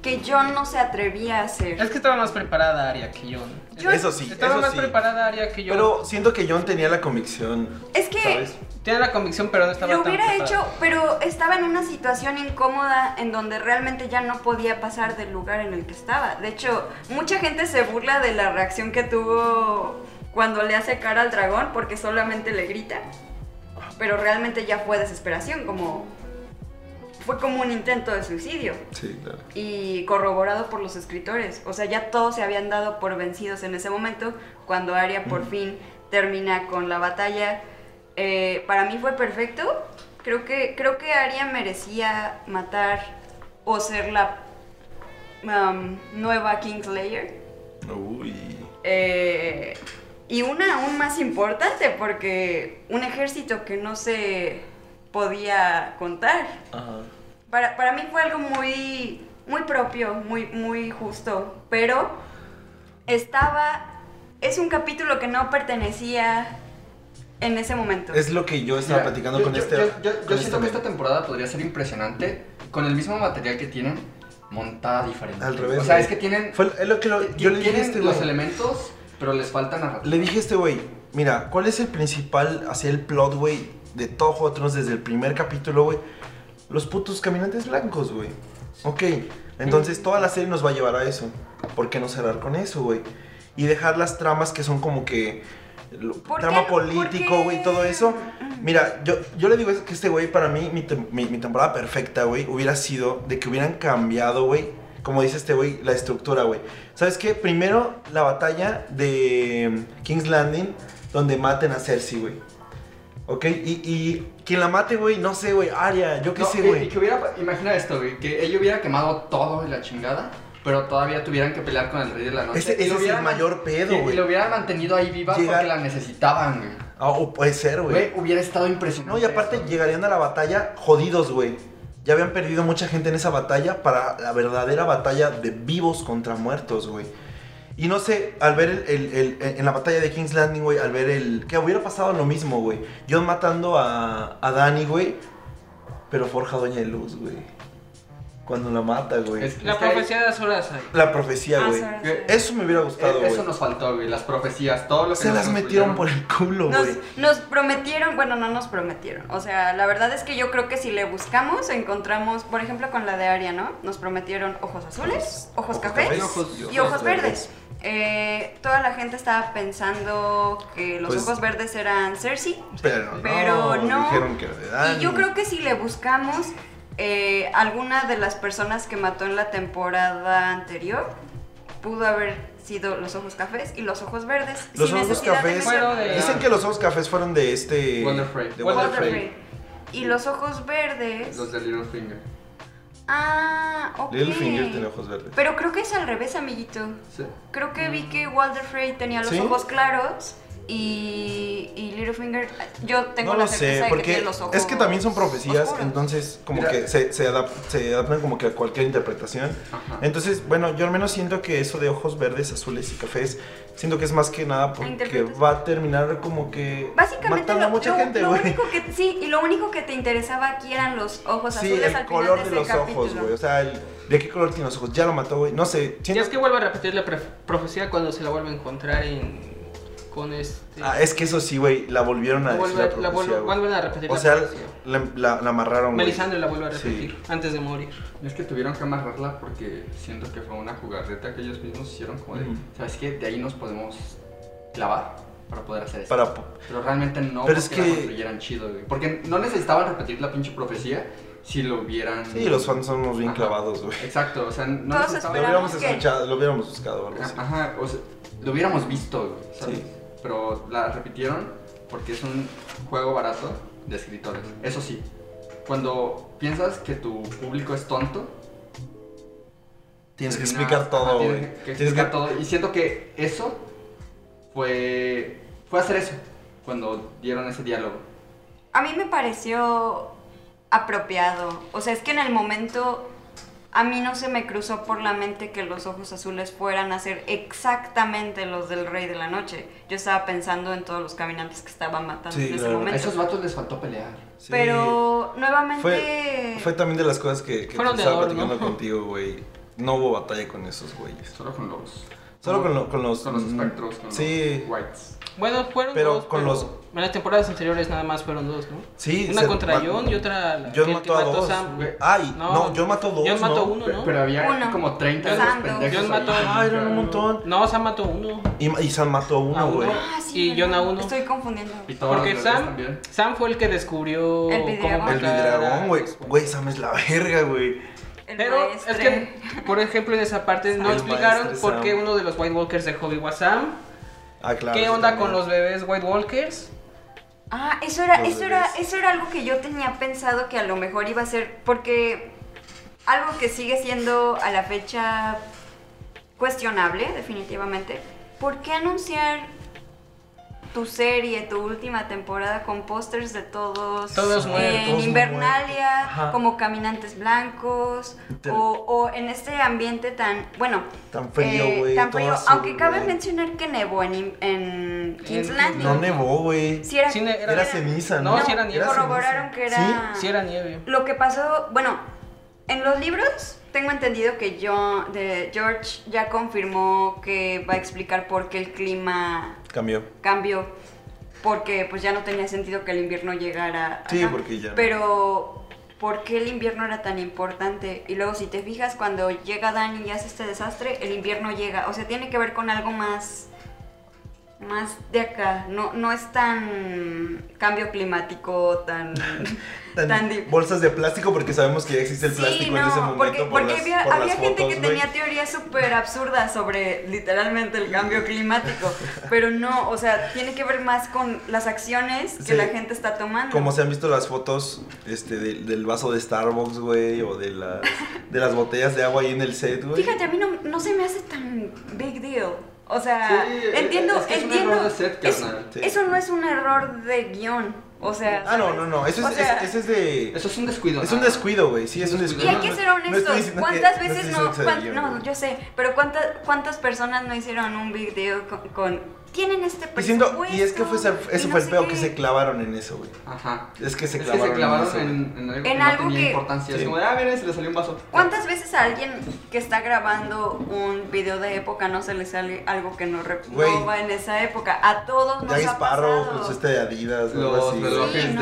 Speaker 4: que yo no se atrevía a hacer.
Speaker 2: Es que estaba más preparada Aria que yo. ¿no?
Speaker 4: Yo-
Speaker 1: Eso sí,
Speaker 2: estaba
Speaker 1: eso
Speaker 2: más
Speaker 1: sí.
Speaker 2: preparada Aria que yo.
Speaker 1: Pero siento que John tenía la convicción,
Speaker 4: Es que
Speaker 1: ¿sabes?
Speaker 2: Tenía la convicción, pero no estaba
Speaker 4: lo
Speaker 2: tan
Speaker 4: hubiera
Speaker 2: preparada.
Speaker 4: hecho, pero estaba en una situación incómoda en donde realmente ya no podía pasar del lugar en el que estaba. De hecho, mucha gente se burla de la reacción que tuvo cuando le hace cara al dragón porque solamente le grita. Pero realmente ya fue desesperación, como fue como un intento de suicidio.
Speaker 1: Sí, claro.
Speaker 4: y corroborado por los escritores. O sea, ya todos se habían dado por vencidos en ese momento cuando Arya por fin termina con la batalla. Eh, para mí fue perfecto. Creo que, creo que Arya merecía matar o ser la um, nueva Kingslayer.
Speaker 1: Uy.
Speaker 4: Eh, y una aún más importante porque un ejército que no se podía contar
Speaker 1: Ajá.
Speaker 4: para, para mí fue algo muy, muy propio, muy, muy justo, pero estaba... Es un capítulo que no pertenecía en ese momento.
Speaker 1: Es lo que yo estaba
Speaker 3: Mira,
Speaker 1: platicando
Speaker 3: yo-
Speaker 1: con
Speaker 3: yo-
Speaker 1: este.
Speaker 3: Yo,
Speaker 1: con
Speaker 3: yo- yo siento
Speaker 1: este
Speaker 3: que esta
Speaker 1: men.
Speaker 3: temporada podría ser impresionante con el mismo material que tienen montada diferente.
Speaker 1: Al revés,
Speaker 3: O sea,
Speaker 1: güey.
Speaker 3: es que tienen.
Speaker 1: Fue lo- es lo que lo- yo le dije a
Speaker 3: tienen
Speaker 1: este
Speaker 3: los
Speaker 1: güey.
Speaker 3: elementos, pero les falta narrativa.
Speaker 1: Le dije a este güey, mira, ¿cuál es el principal, hacia el plot, güey, de todo Juego de Tronos desde el primer capítulo, güey? Los putos caminantes blancos, güey. Ok, entonces toda la serie nos va a llevar a eso. ¿Por qué no cerrar con eso, güey? Y dejar las tramas que son como que... lo-
Speaker 4: ¿Por
Speaker 1: Trama
Speaker 4: qué? ¿Por
Speaker 1: político,
Speaker 4: qué?
Speaker 1: güey, todo eso. Mira, yo, yo le digo es que este güey, para mí, mi, tem- mi- mi temporada perfecta, güey, hubiera sido de que hubieran cambiado, güey, como dice este güey, la estructura, güey. ¿Sabes qué? Primero, la batalla de mm, King's Landing, donde maten a Cersei, güey. ¿Ok? Y, y quien la mate, güey, no sé, güey, Arya, yo qué
Speaker 3: No, eh,
Speaker 1: sé,
Speaker 3: y- y
Speaker 1: güey.
Speaker 3: que hubiera, imagina esto, güey, que ella hubiera quemado todo y la chingada, pero todavía tuvieran que pelear con el rey de la noche.
Speaker 1: Ese-
Speaker 3: Y
Speaker 1: ese
Speaker 3: lo
Speaker 1: es
Speaker 3: hubieran
Speaker 1: el
Speaker 3: man-
Speaker 1: mayor pedo,
Speaker 3: y- Y,
Speaker 1: güey.
Speaker 3: lo hubieran mantenido ahí viva
Speaker 1: Llegar-
Speaker 3: porque la necesitaban, güey.
Speaker 1: Ah, o puede ser,
Speaker 3: Güey,
Speaker 1: güey.
Speaker 3: hubiera estado impresionante.
Speaker 1: No, y aparte
Speaker 3: esto.
Speaker 1: llegarían a la batalla jodidos, güey. Ya habían perdido mucha gente en esa batalla para la verdadera batalla de vivos contra muertos, güey. Y no sé, al ver el, el- el- en la batalla de King's Landing, güey, al ver el... Que hubiera pasado lo mismo, güey. John matando a, a Dany, güey. Pero forja Doña de Luz, güey. Cuando la mata, güey.
Speaker 3: Es-
Speaker 2: La
Speaker 3: es que ahí-
Speaker 2: profecía de Azor ahí.
Speaker 1: La profecía,
Speaker 4: Ah,
Speaker 1: güey.
Speaker 4: Sara,
Speaker 3: que-
Speaker 4: sí.
Speaker 1: Eso me hubiera gustado,
Speaker 3: Eh,
Speaker 1: güey.
Speaker 3: Eso nos faltó, güey, las profecías, todo lo que
Speaker 1: Se
Speaker 3: nos
Speaker 1: las metieron
Speaker 3: construyeron.
Speaker 1: por el culo,
Speaker 4: Nos,
Speaker 1: güey.
Speaker 4: nos prometieron, bueno, no nos prometieron. O sea, la verdad es que yo creo que si le buscamos, encontramos, por ejemplo, con la de Aria, ¿no? Nos prometieron ojos azules, ojos, cafés,
Speaker 1: cafés
Speaker 4: y ojos verdes. Eh, toda la gente estaba pensando que los
Speaker 1: Pues-
Speaker 4: ojos verdes eran Cersei.
Speaker 1: Pero no,
Speaker 4: Pero no.
Speaker 1: dijeron que era de Dany.
Speaker 4: Y yo creo que si le buscamos eh, alguna de las personas que mató en la temporada anterior, pudo haber sido los ojos cafés y los ojos verdes.
Speaker 1: Los
Speaker 4: sin
Speaker 1: ojos
Speaker 4: necesidad de
Speaker 1: cafés.
Speaker 4: mencionar-
Speaker 2: Fueron de-
Speaker 1: Dicen que los ojos cafés fueron de este.
Speaker 3: Wonder Frey.
Speaker 1: De
Speaker 2: Wonder
Speaker 1: Wonder Frey.
Speaker 4: Walter Frey. Y los ojos verdes.
Speaker 3: Los de Littlefinger.
Speaker 4: Ah, ok.
Speaker 1: Littlefinger tiene ojos verdes.
Speaker 4: Pero creo que es al revés, amiguito.
Speaker 3: Sí.
Speaker 4: Creo que vi que Walter Frey tenía los
Speaker 1: Mm. ¿Sí?
Speaker 4: ojos claros y, y Littlefinger. Yo tengo
Speaker 1: no
Speaker 4: la
Speaker 1: lo
Speaker 4: certeza
Speaker 1: sé,
Speaker 4: de que
Speaker 1: porque
Speaker 4: tiene los ojos.
Speaker 1: es que también son profecías,
Speaker 4: oscuros.
Speaker 1: entonces como
Speaker 3: Mira.
Speaker 1: que se, se, adap- se adaptan como que a cualquier interpretación.
Speaker 3: Ajá.
Speaker 1: Entonces, bueno, yo al menos siento que eso de ojos verdes, azules y cafés, siento que es más que nada porque
Speaker 4: interpretación.
Speaker 1: va a terminar como que
Speaker 4: Básicamente
Speaker 1: matando
Speaker 4: lo,
Speaker 1: a mucha
Speaker 4: lo-
Speaker 1: gente,
Speaker 4: lo
Speaker 1: güey.
Speaker 4: único que sí y lo único que te interesaba aquí eran los ojos
Speaker 1: Sí,
Speaker 4: azules
Speaker 1: el
Speaker 4: al
Speaker 1: color de,
Speaker 4: final de,
Speaker 1: los
Speaker 4: ese
Speaker 1: ojos,
Speaker 4: capítulo.
Speaker 1: güey. O sea, el- de qué color tiene los ojos. Ya lo mató, güey. No sé.
Speaker 2: Y
Speaker 1: siento-
Speaker 2: es que vuelve a repetir la pref- profecía cuando se la vuelve a encontrar en. con este...
Speaker 1: Ah, es que eso sí, güey, la volvieron a
Speaker 2: la
Speaker 1: decir
Speaker 2: vuelve-
Speaker 1: la
Speaker 2: la
Speaker 1: profecía,
Speaker 2: vuelve-
Speaker 1: güey.
Speaker 2: vuelven a repetir
Speaker 1: O
Speaker 2: la
Speaker 1: sea,
Speaker 2: profecía.
Speaker 1: la, la- la amarraron, güey.
Speaker 2: Melisandre la vuelve a
Speaker 1: Sí.
Speaker 2: repetir antes de morir.
Speaker 3: Es que tuvieron que amarrarla porque siento que fue una jugarreta que ellos mismos hicieron como de,
Speaker 1: Ujú.
Speaker 3: ¿sabes qué? De ahí nos podemos clavar para poder hacer eso.
Speaker 1: Para... po-
Speaker 3: Pero realmente no
Speaker 1: Pero es
Speaker 3: porque
Speaker 1: que-
Speaker 3: la construyeran chido, güey. Porque no necesitaban repetir la pinche profecía si lo hubieran...
Speaker 1: Sí, los fans somos bien
Speaker 3: Ajá.
Speaker 1: clavados, güey.
Speaker 3: Exacto, o sea, no
Speaker 4: Todos
Speaker 1: Lo
Speaker 3: necesitaban...
Speaker 1: hubiéramos
Speaker 4: Esperamos que-
Speaker 1: escuchado, lo hubiéramos buscado o algo así.
Speaker 3: Ajá, o sea, lo hubiéramos visto, güey, ¿sabes?
Speaker 1: Pues Sí.
Speaker 3: Pero la repitieron porque es un juego barato de escritores. Eso sí, cuando piensas que tu público es tonto,
Speaker 1: Tienes que
Speaker 3: terminas-
Speaker 1: explicar todo,
Speaker 3: ajá,
Speaker 1: güey.
Speaker 3: Tienes que
Speaker 1: Tienes
Speaker 3: explicar
Speaker 1: que-
Speaker 3: todo. Y siento que eso fue, fue hacer eso cuando dieron ese diálogo.
Speaker 4: A mí me pareció apropiado. O sea, es que en el momento a mí no se me cruzó por la mente que los ojos azules fueran a ser exactamente los del Rey de la Noche. Yo estaba pensando en todos los caminantes que estaban matando
Speaker 1: Sí,
Speaker 4: en ese
Speaker 1: claro.
Speaker 3: A
Speaker 4: momento.
Speaker 3: esos vatos les faltó pelear.
Speaker 1: Sí.
Speaker 4: Pero nuevamente...
Speaker 1: Fue, fue también de las cosas que, que
Speaker 2: Fueron de
Speaker 1: estaba
Speaker 2: adorno.
Speaker 1: platicando contigo, güey. No hubo batalla con esos güeyes.
Speaker 3: Solo con los...
Speaker 1: Solo con, lo- con los... mm,
Speaker 3: Con los espectros, con
Speaker 1: sí,
Speaker 3: los whites.
Speaker 2: Bueno, fueron
Speaker 1: Pero
Speaker 2: dos,
Speaker 1: con los-
Speaker 2: En las temporadas anteriores nada más fueron dos, ¿no?
Speaker 1: sí.
Speaker 2: Una
Speaker 1: se-
Speaker 2: contra
Speaker 1: ma-
Speaker 2: John y otra... la-
Speaker 1: John
Speaker 2: que- que
Speaker 1: mató a
Speaker 2: mató
Speaker 1: dos.
Speaker 2: Sam.
Speaker 1: güey. Ay,
Speaker 2: No,
Speaker 1: no, John mató dos,
Speaker 2: John mató
Speaker 1: ¿no?
Speaker 2: uno, ¿no?
Speaker 3: Pero había
Speaker 4: Uno.
Speaker 3: como 30 de esos
Speaker 4: Sando.
Speaker 3: pendejos
Speaker 2: John
Speaker 3: ahí.
Speaker 2: mató-
Speaker 1: Ah, eran un montón.
Speaker 2: No, Sam mató uno.
Speaker 1: Y, y Sam mató a
Speaker 2: A
Speaker 1: uno,
Speaker 2: uno.
Speaker 1: güey.
Speaker 4: Ah,
Speaker 2: Y
Speaker 4: ¿verdad?
Speaker 2: John a uno.
Speaker 4: Estoy confundiendo.
Speaker 3: Y todos los
Speaker 2: Porque
Speaker 3: bebés
Speaker 2: Sam,
Speaker 3: también.
Speaker 2: Sam fue el que descubrió
Speaker 4: El videodragón.
Speaker 2: cómo
Speaker 1: El
Speaker 2: matar
Speaker 1: vidragón,
Speaker 2: a-
Speaker 1: güey. Güey, Sam es la verga, güey.
Speaker 4: El
Speaker 2: Pero
Speaker 4: maestre.
Speaker 2: es que, por ejemplo, en esa parte no
Speaker 1: El
Speaker 2: explicaron
Speaker 1: maestre
Speaker 2: por
Speaker 1: Sam.
Speaker 2: qué uno de los White Walkers dejó vivo a Sam.
Speaker 1: Ah, claro.
Speaker 2: ¿Qué
Speaker 1: sí,
Speaker 2: onda
Speaker 1: también.
Speaker 2: con los bebés White Walkers?
Speaker 4: Ah, eso era,
Speaker 1: Los
Speaker 4: eso era,
Speaker 1: bebés.
Speaker 4: eso era algo que yo tenía pensado que a lo mejor iba a ser, porque algo que sigue siendo a la fecha cuestionable, definitivamente. ¿Por qué anunciar tu serie, tu última temporada con pósters de todos,
Speaker 2: Todos
Speaker 4: en
Speaker 2: muertos,
Speaker 4: Invernalia,
Speaker 1: muertos. Ajá.
Speaker 4: como caminantes blancos,
Speaker 1: Te-
Speaker 4: o, o en este ambiente tan, bueno,
Speaker 1: Tan frío,
Speaker 4: eh,
Speaker 1: güey,
Speaker 4: tan
Speaker 1: todo
Speaker 4: frío,
Speaker 1: azul,
Speaker 4: aunque cabe
Speaker 1: güey.
Speaker 4: mencionar que nevó en, In- en King's
Speaker 2: En-
Speaker 4: Landing.
Speaker 1: No nevó, güey.
Speaker 4: Sí era,
Speaker 2: Sí, ne-
Speaker 1: Era ceniza,
Speaker 2: No,
Speaker 1: ¿no?
Speaker 2: sí era nieve.
Speaker 4: Corroboraron que era-
Speaker 2: Sí era nieve.
Speaker 4: Lo que pasó, bueno, en los libros tengo entendido que yo, de George ya confirmó que va a explicar por qué el clima
Speaker 1: ¿Sí? Cambió.
Speaker 4: cambió. Porque pues ya no tenía sentido que el invierno llegara.
Speaker 1: Sí,
Speaker 4: acá.
Speaker 1: porque ya no.
Speaker 4: Pero ¿por qué el invierno era tan importante? Y luego si te fijas, cuando llega Dan y hace este desastre, el invierno llega. O sea, tiene que ver con algo más... Más de acá, no, no es tan cambio climático,
Speaker 1: (laughs)
Speaker 4: tan...
Speaker 1: Tan-
Speaker 4: tan di-
Speaker 1: bolsas de plástico porque sabemos que ya existe el plástico
Speaker 4: Sí,
Speaker 1: en ese
Speaker 4: no,
Speaker 1: momento
Speaker 4: porque,
Speaker 1: por
Speaker 4: porque
Speaker 1: las-
Speaker 4: había,
Speaker 1: por
Speaker 4: había
Speaker 1: las
Speaker 4: gente
Speaker 1: fotos,
Speaker 4: que
Speaker 1: güey.
Speaker 4: tenía teorías súper absurdas sobre literalmente
Speaker 1: (laughs)
Speaker 4: el cambio climático, pero no, o sea, tiene que ver más con las acciones que
Speaker 1: Sí.
Speaker 4: la gente está tomando.
Speaker 1: Como se han visto las fotos este, del- del vaso de Starbucks, güey, o de las, de las botellas de agua ahí en el set, güey.
Speaker 4: Fíjate, a mí no, no se me hace tan big deal. O
Speaker 1: Ah,
Speaker 4: sea,
Speaker 3: Sí,
Speaker 4: entiendo,
Speaker 3: eh, es que es un
Speaker 4: entiendo.
Speaker 3: error de set,
Speaker 4: es-
Speaker 3: carnal,
Speaker 1: sí.
Speaker 4: Eso no es un error de guión. O sea.
Speaker 1: Ah, no,
Speaker 4: ¿sabes?
Speaker 1: no, no. Eso es,
Speaker 4: O sea,
Speaker 1: es- ese es de.
Speaker 3: Eso es un descuido.
Speaker 1: es un
Speaker 3: nada más.
Speaker 1: descuido, güey. Sí, es un
Speaker 4: Y
Speaker 1: descuido.
Speaker 4: hay que ser
Speaker 1: No estoy
Speaker 4: honestos,
Speaker 1: diciendo que-
Speaker 4: ¿cuántas
Speaker 1: estoy
Speaker 4: veces
Speaker 1: diciendo
Speaker 4: no?
Speaker 1: que sea
Speaker 4: cuán-
Speaker 1: guión,
Speaker 4: no,
Speaker 1: güey.
Speaker 4: yo sé, pero ¿cuántas, ¿cuántas personas no hicieron un big deal con... con- tienen este
Speaker 1: Y, siento-
Speaker 4: presupuesto?
Speaker 1: y es que fue, esa-
Speaker 4: y
Speaker 1: eso
Speaker 4: no
Speaker 1: fue el
Speaker 4: sé
Speaker 1: peor
Speaker 4: qué.
Speaker 1: que se clavaron en eso, güey.
Speaker 3: Ajá.
Speaker 1: Es que se
Speaker 3: Es que
Speaker 1: clavaron,
Speaker 3: se clavaron
Speaker 1: en eso,
Speaker 3: en, en algo
Speaker 4: En
Speaker 3: que
Speaker 4: algo
Speaker 3: no tenía
Speaker 4: que-
Speaker 3: importancia.
Speaker 1: Sí.
Speaker 3: Es como, de, ah, miren, se le salió un vaso.
Speaker 4: ¿Cuántas veces a alguien que está grabando un video de época no se le sale algo que no, re-
Speaker 1: Güey.
Speaker 4: no va en esa época? A todos nos
Speaker 1: Ya
Speaker 4: ha
Speaker 1: disparo,
Speaker 4: pasado.
Speaker 1: pues este de Adidas, o algo
Speaker 3: Los
Speaker 1: así. güey.
Speaker 3: relojes
Speaker 4: Sí,
Speaker 3: de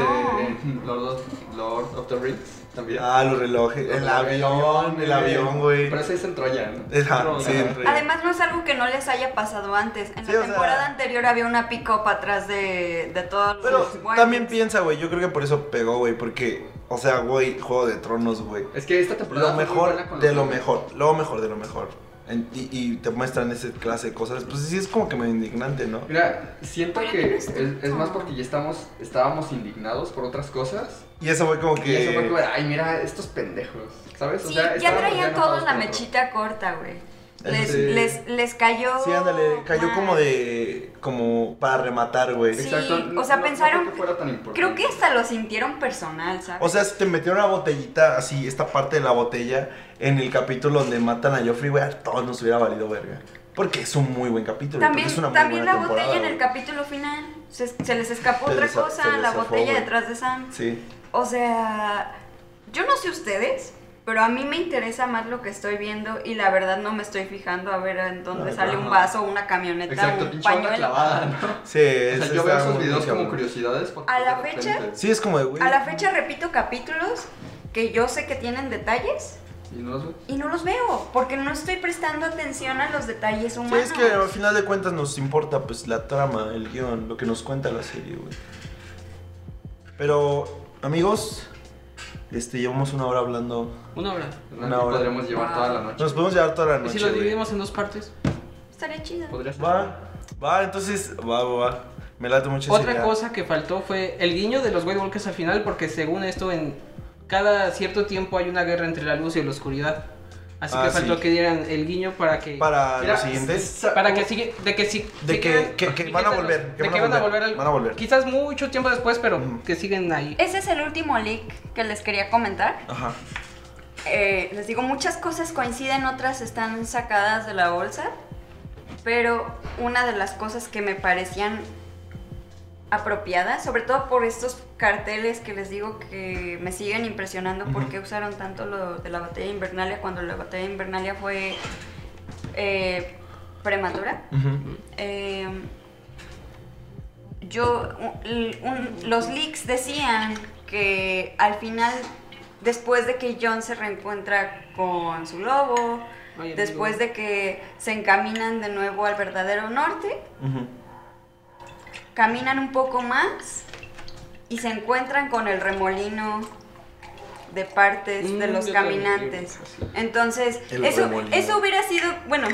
Speaker 4: no.
Speaker 3: Lord, of, Lord of the Rings también.
Speaker 1: Ah, los relojes.
Speaker 3: Los
Speaker 1: El
Speaker 3: relojes,
Speaker 1: avión, el avión, güey.
Speaker 3: Pero ese es en Troya, ¿no?
Speaker 1: Ajá,
Speaker 3: Troya.
Speaker 1: sí, entre-
Speaker 4: Además no es algo que no les haya pasado antes. En
Speaker 1: Sí, o
Speaker 4: la
Speaker 1: sea-
Speaker 4: temporada anterior había una pick-up atrás de, de todos
Speaker 1: Pero
Speaker 4: los muertos.
Speaker 1: también piensa, güey. Yo creo que por eso pegó, güey. Porque, o sea, güey, Juego de Tronos, güey.
Speaker 3: Es que esta temporada
Speaker 1: Lo
Speaker 3: fue muy buena
Speaker 1: mejor
Speaker 3: con
Speaker 1: de
Speaker 3: los
Speaker 1: lo
Speaker 3: libros.
Speaker 1: mejor. Lo mejor de lo mejor. En- y, y te muestran esa clase de cosas. Pues sí, es como que medio indignante, ¿no?
Speaker 3: Mira, siento
Speaker 4: Pero no
Speaker 3: que
Speaker 4: es
Speaker 3: es, es
Speaker 4: tanto.
Speaker 3: más porque ya estamos, estábamos indignados por otras cosas.
Speaker 1: Y eso fue como
Speaker 3: Y eso fue como,
Speaker 1: que.
Speaker 3: de, ay, mira, estos pendejos, ¿sabes? O
Speaker 4: Sí,
Speaker 3: sea,
Speaker 4: ya
Speaker 3: estábamos
Speaker 4: traían
Speaker 3: enojados
Speaker 4: todos la
Speaker 3: por otro.
Speaker 4: mechita corta, güey.
Speaker 1: Eso
Speaker 4: Les,
Speaker 3: sí.
Speaker 4: les, les cayó.
Speaker 1: Sí, ándale. Cayó
Speaker 4: mal.
Speaker 1: como de. Como para rematar, güey.
Speaker 4: Sí.
Speaker 3: Exacto.
Speaker 4: o
Speaker 3: no-
Speaker 4: sea,
Speaker 3: no
Speaker 4: pensaron-
Speaker 3: creo que fuera tan importante.
Speaker 4: Creo que hasta lo sintieron personal, ¿sabes?
Speaker 1: O sea, si te metieron una botellita así, esta parte de la botella, en el capítulo donde matan a Joffrey, güey, a todos nos hubiera valido verga. Porque es un muy buen capítulo. güey, porque
Speaker 4: también
Speaker 1: pues, es una muy
Speaker 4: también
Speaker 1: buena
Speaker 4: la botella
Speaker 1: temporada,
Speaker 4: en el
Speaker 1: güey.
Speaker 4: capítulo final. Se, se les escapó
Speaker 1: Se
Speaker 4: otra
Speaker 1: les-
Speaker 4: cosa,
Speaker 1: se les
Speaker 4: la
Speaker 1: zafó,
Speaker 4: botella
Speaker 1: güey.
Speaker 4: detrás de Sam.
Speaker 1: Sí.
Speaker 4: O sea, yo no sé ustedes, Pero a mí me interesa más lo que estoy viendo y la verdad no me estoy fijando a ver en dónde
Speaker 1: Ajá.
Speaker 4: sale un vaso, una camioneta,
Speaker 3: Exacto,
Speaker 4: un
Speaker 3: pinche onda
Speaker 4: pañuelo.
Speaker 3: clavada,
Speaker 4: (laughs)
Speaker 3: ¿no?
Speaker 1: Sí,
Speaker 3: O sea,
Speaker 1: eso
Speaker 3: yo veo
Speaker 1: está
Speaker 3: esos
Speaker 1: muy
Speaker 3: videos como
Speaker 1: cabrón.
Speaker 3: curiosidades. porque
Speaker 4: A la
Speaker 3: de repente-
Speaker 4: fecha-
Speaker 1: Sí, es como de, güey.
Speaker 4: A la fecha repito capítulos que yo sé que tienen detalles
Speaker 3: Y no los veo.
Speaker 4: y no los veo porque no estoy prestando atención a los detalles
Speaker 1: Sí,
Speaker 4: humanos.
Speaker 1: es que al final de cuentas nos importa pues la trama, el guión, lo que nos cuenta la serie, güey. Pero, amigos, este, llevamos una hora hablando.
Speaker 2: Una hora.
Speaker 3: No
Speaker 1: Una hora.
Speaker 3: podríamos llevar toda la noche.
Speaker 1: Nos podemos llevar toda la
Speaker 2: ¿Y
Speaker 1: noche.
Speaker 2: si lo
Speaker 1: güey.
Speaker 2: dividimos en dos partes?
Speaker 4: Estaría chido.
Speaker 3: Podría ser.
Speaker 1: Va, va, entonces, va, va, va. Me late mucho esa
Speaker 2: Otra
Speaker 1: idea.
Speaker 2: cosa que faltó fue el guiño de los White Walkers al final, porque según esto, en cada cierto tiempo hay una guerra entre la luz y la oscuridad. Así
Speaker 1: Ah,
Speaker 2: que faltó
Speaker 1: sí.
Speaker 2: que dieran el guiño para que.
Speaker 1: Para
Speaker 2: Mira,
Speaker 1: los siguientes.
Speaker 2: Para que sigue. De que sí.
Speaker 1: De
Speaker 2: sí
Speaker 1: que-
Speaker 2: quedan-
Speaker 1: que- que
Speaker 2: sí
Speaker 1: van a
Speaker 2: quedan-
Speaker 1: volver, que
Speaker 2: De
Speaker 1: van
Speaker 2: que
Speaker 1: a
Speaker 2: van a
Speaker 1: volver,
Speaker 2: volver. al-
Speaker 1: van a volver. Mm.
Speaker 2: Quizás mucho tiempo después, pero
Speaker 1: Ujú.
Speaker 2: que siguen ahí.
Speaker 4: Ese es el último leak que les quería comentar.
Speaker 1: Ajá.
Speaker 4: Eh, les digo, muchas cosas coinciden, otras están sacadas de la bolsa, pero una de las cosas que me parecían apropiadas, sobre todo por estos carteles que les digo que me siguen impresionando
Speaker 1: Ujú.
Speaker 4: porque usaron tanto lo de la batalla de Invernalia cuando la batalla de Invernalia fue eh, prematura.
Speaker 1: Ujú.
Speaker 4: Eh, yo, un- un- los leaks decían que al final, después de que John se reencuentra con su lobo,
Speaker 2: Ay, amigo.
Speaker 4: después de que se encaminan de nuevo al verdadero norte,
Speaker 1: Ujú.
Speaker 4: caminan un poco más y se encuentran con el remolino de partes de
Speaker 2: Mm,
Speaker 4: los
Speaker 2: yo también
Speaker 4: caminantes.
Speaker 2: creo
Speaker 4: Entonces,
Speaker 1: El
Speaker 4: eso,
Speaker 1: remolino.
Speaker 4: eso hubiera sido, bueno,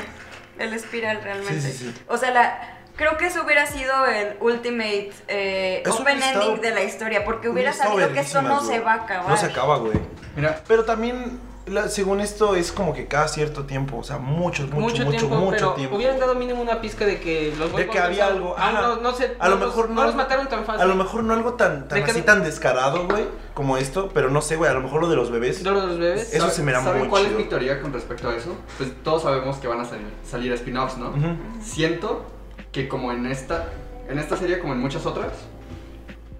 Speaker 4: el espiral realmente.
Speaker 1: Sí, sí, sí.
Speaker 4: O sea, la, creo que eso hubiera sido el ultimate eh,
Speaker 1: Eso
Speaker 4: open
Speaker 1: hubiera estado-
Speaker 4: ending de la historia, porque hubiera
Speaker 1: Está
Speaker 4: sabido que esto no
Speaker 1: verguísimas,
Speaker 4: se
Speaker 1: güey.
Speaker 4: va a acabar.
Speaker 1: No se acaba, güey.
Speaker 3: Mira,
Speaker 1: Pero también, la- según esto, es como que cada cierto tiempo, o sea, mucho, mucho, mucho, mucho tiempo.
Speaker 2: pero hubieran dado mínimo una pizca de que los
Speaker 1: de
Speaker 2: White
Speaker 1: que
Speaker 2: Walkers
Speaker 1: había
Speaker 2: aún-
Speaker 1: algo.
Speaker 2: aún
Speaker 1: ajá.
Speaker 2: Ah, no, no se-
Speaker 1: a lo
Speaker 2: no los-
Speaker 1: mejor
Speaker 2: no los mataron tan fácil.
Speaker 1: A lo mejor no algo tan, tan
Speaker 2: De que-
Speaker 1: así tan descarado, güey, como esto, pero no sé, güey, a lo mejor lo de los bebés.
Speaker 2: ¿No los bebés?
Speaker 1: Eso
Speaker 3: ¿sabe-
Speaker 1: se me da
Speaker 3: ¿saben
Speaker 1: muy
Speaker 3: cuál
Speaker 1: chido.
Speaker 3: es mi teoría con respecto a eso? Pues todos sabemos que van a salir, salir spin-offs, ¿no?
Speaker 1: Ujú.
Speaker 3: Siento que como en esta, en esta serie como en muchas otras,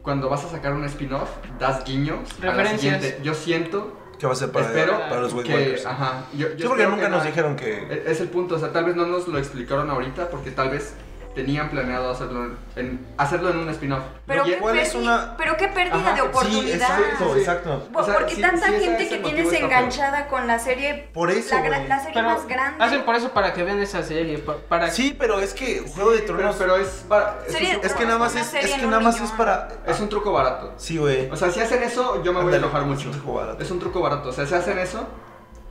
Speaker 3: cuando vas a sacar un spin-off, das guiños a la
Speaker 2: Referencias.
Speaker 3: siguiente. Yo siento,
Speaker 1: ¿Qué va a ser para,
Speaker 3: espero
Speaker 1: para los White
Speaker 3: que,
Speaker 1: Walkers?
Speaker 3: ajá, yo, yo
Speaker 1: Sí, porque
Speaker 3: espero
Speaker 1: nunca
Speaker 3: que
Speaker 1: nos
Speaker 3: la-
Speaker 1: dijeron que.
Speaker 3: E- Es el punto, o sea, tal vez no nos lo explicaron ahorita porque tal vez tenían planeado hacerlo en, en- hacerlo en un spin-off.
Speaker 4: Pero,
Speaker 1: Lo
Speaker 4: qué,
Speaker 1: cual es
Speaker 4: perdi-
Speaker 1: una-
Speaker 4: pero qué pérdida
Speaker 3: Ajá,
Speaker 4: de
Speaker 3: sí,
Speaker 1: Sí,
Speaker 4: oportunidad.
Speaker 1: exacto,
Speaker 3: Sí.
Speaker 1: exacto.
Speaker 4: Bo-
Speaker 3: O sea,
Speaker 4: porque
Speaker 3: sí-
Speaker 4: tanta
Speaker 3: sí, ese
Speaker 4: gente
Speaker 3: es
Speaker 4: que
Speaker 3: el motivo,
Speaker 4: tienes
Speaker 3: está feo.
Speaker 4: enganchada con la serie.
Speaker 1: Por eso,
Speaker 4: La, gra-
Speaker 1: güey.
Speaker 4: la serie
Speaker 2: Pero
Speaker 4: más grande.
Speaker 2: Hacen por eso para que vean esa serie. pa- Para
Speaker 1: Sí, pero es que Juego de Tronos.
Speaker 3: Pero, pero es, para- es,
Speaker 4: Sería-
Speaker 3: un
Speaker 1: es
Speaker 3: truco
Speaker 1: que nada más
Speaker 4: Una
Speaker 1: es,
Speaker 4: serie
Speaker 1: es que
Speaker 4: en un
Speaker 1: nada más es
Speaker 4: millón.
Speaker 1: para.
Speaker 3: barato. Es un truco barato.
Speaker 1: Sí, güey.
Speaker 3: O sea, si hacen eso, yo me voy a
Speaker 1: Ándale,
Speaker 3: enojar
Speaker 1: es
Speaker 3: mucho.
Speaker 1: un truco barato.
Speaker 3: Es un truco barato. O sea, si hacen eso,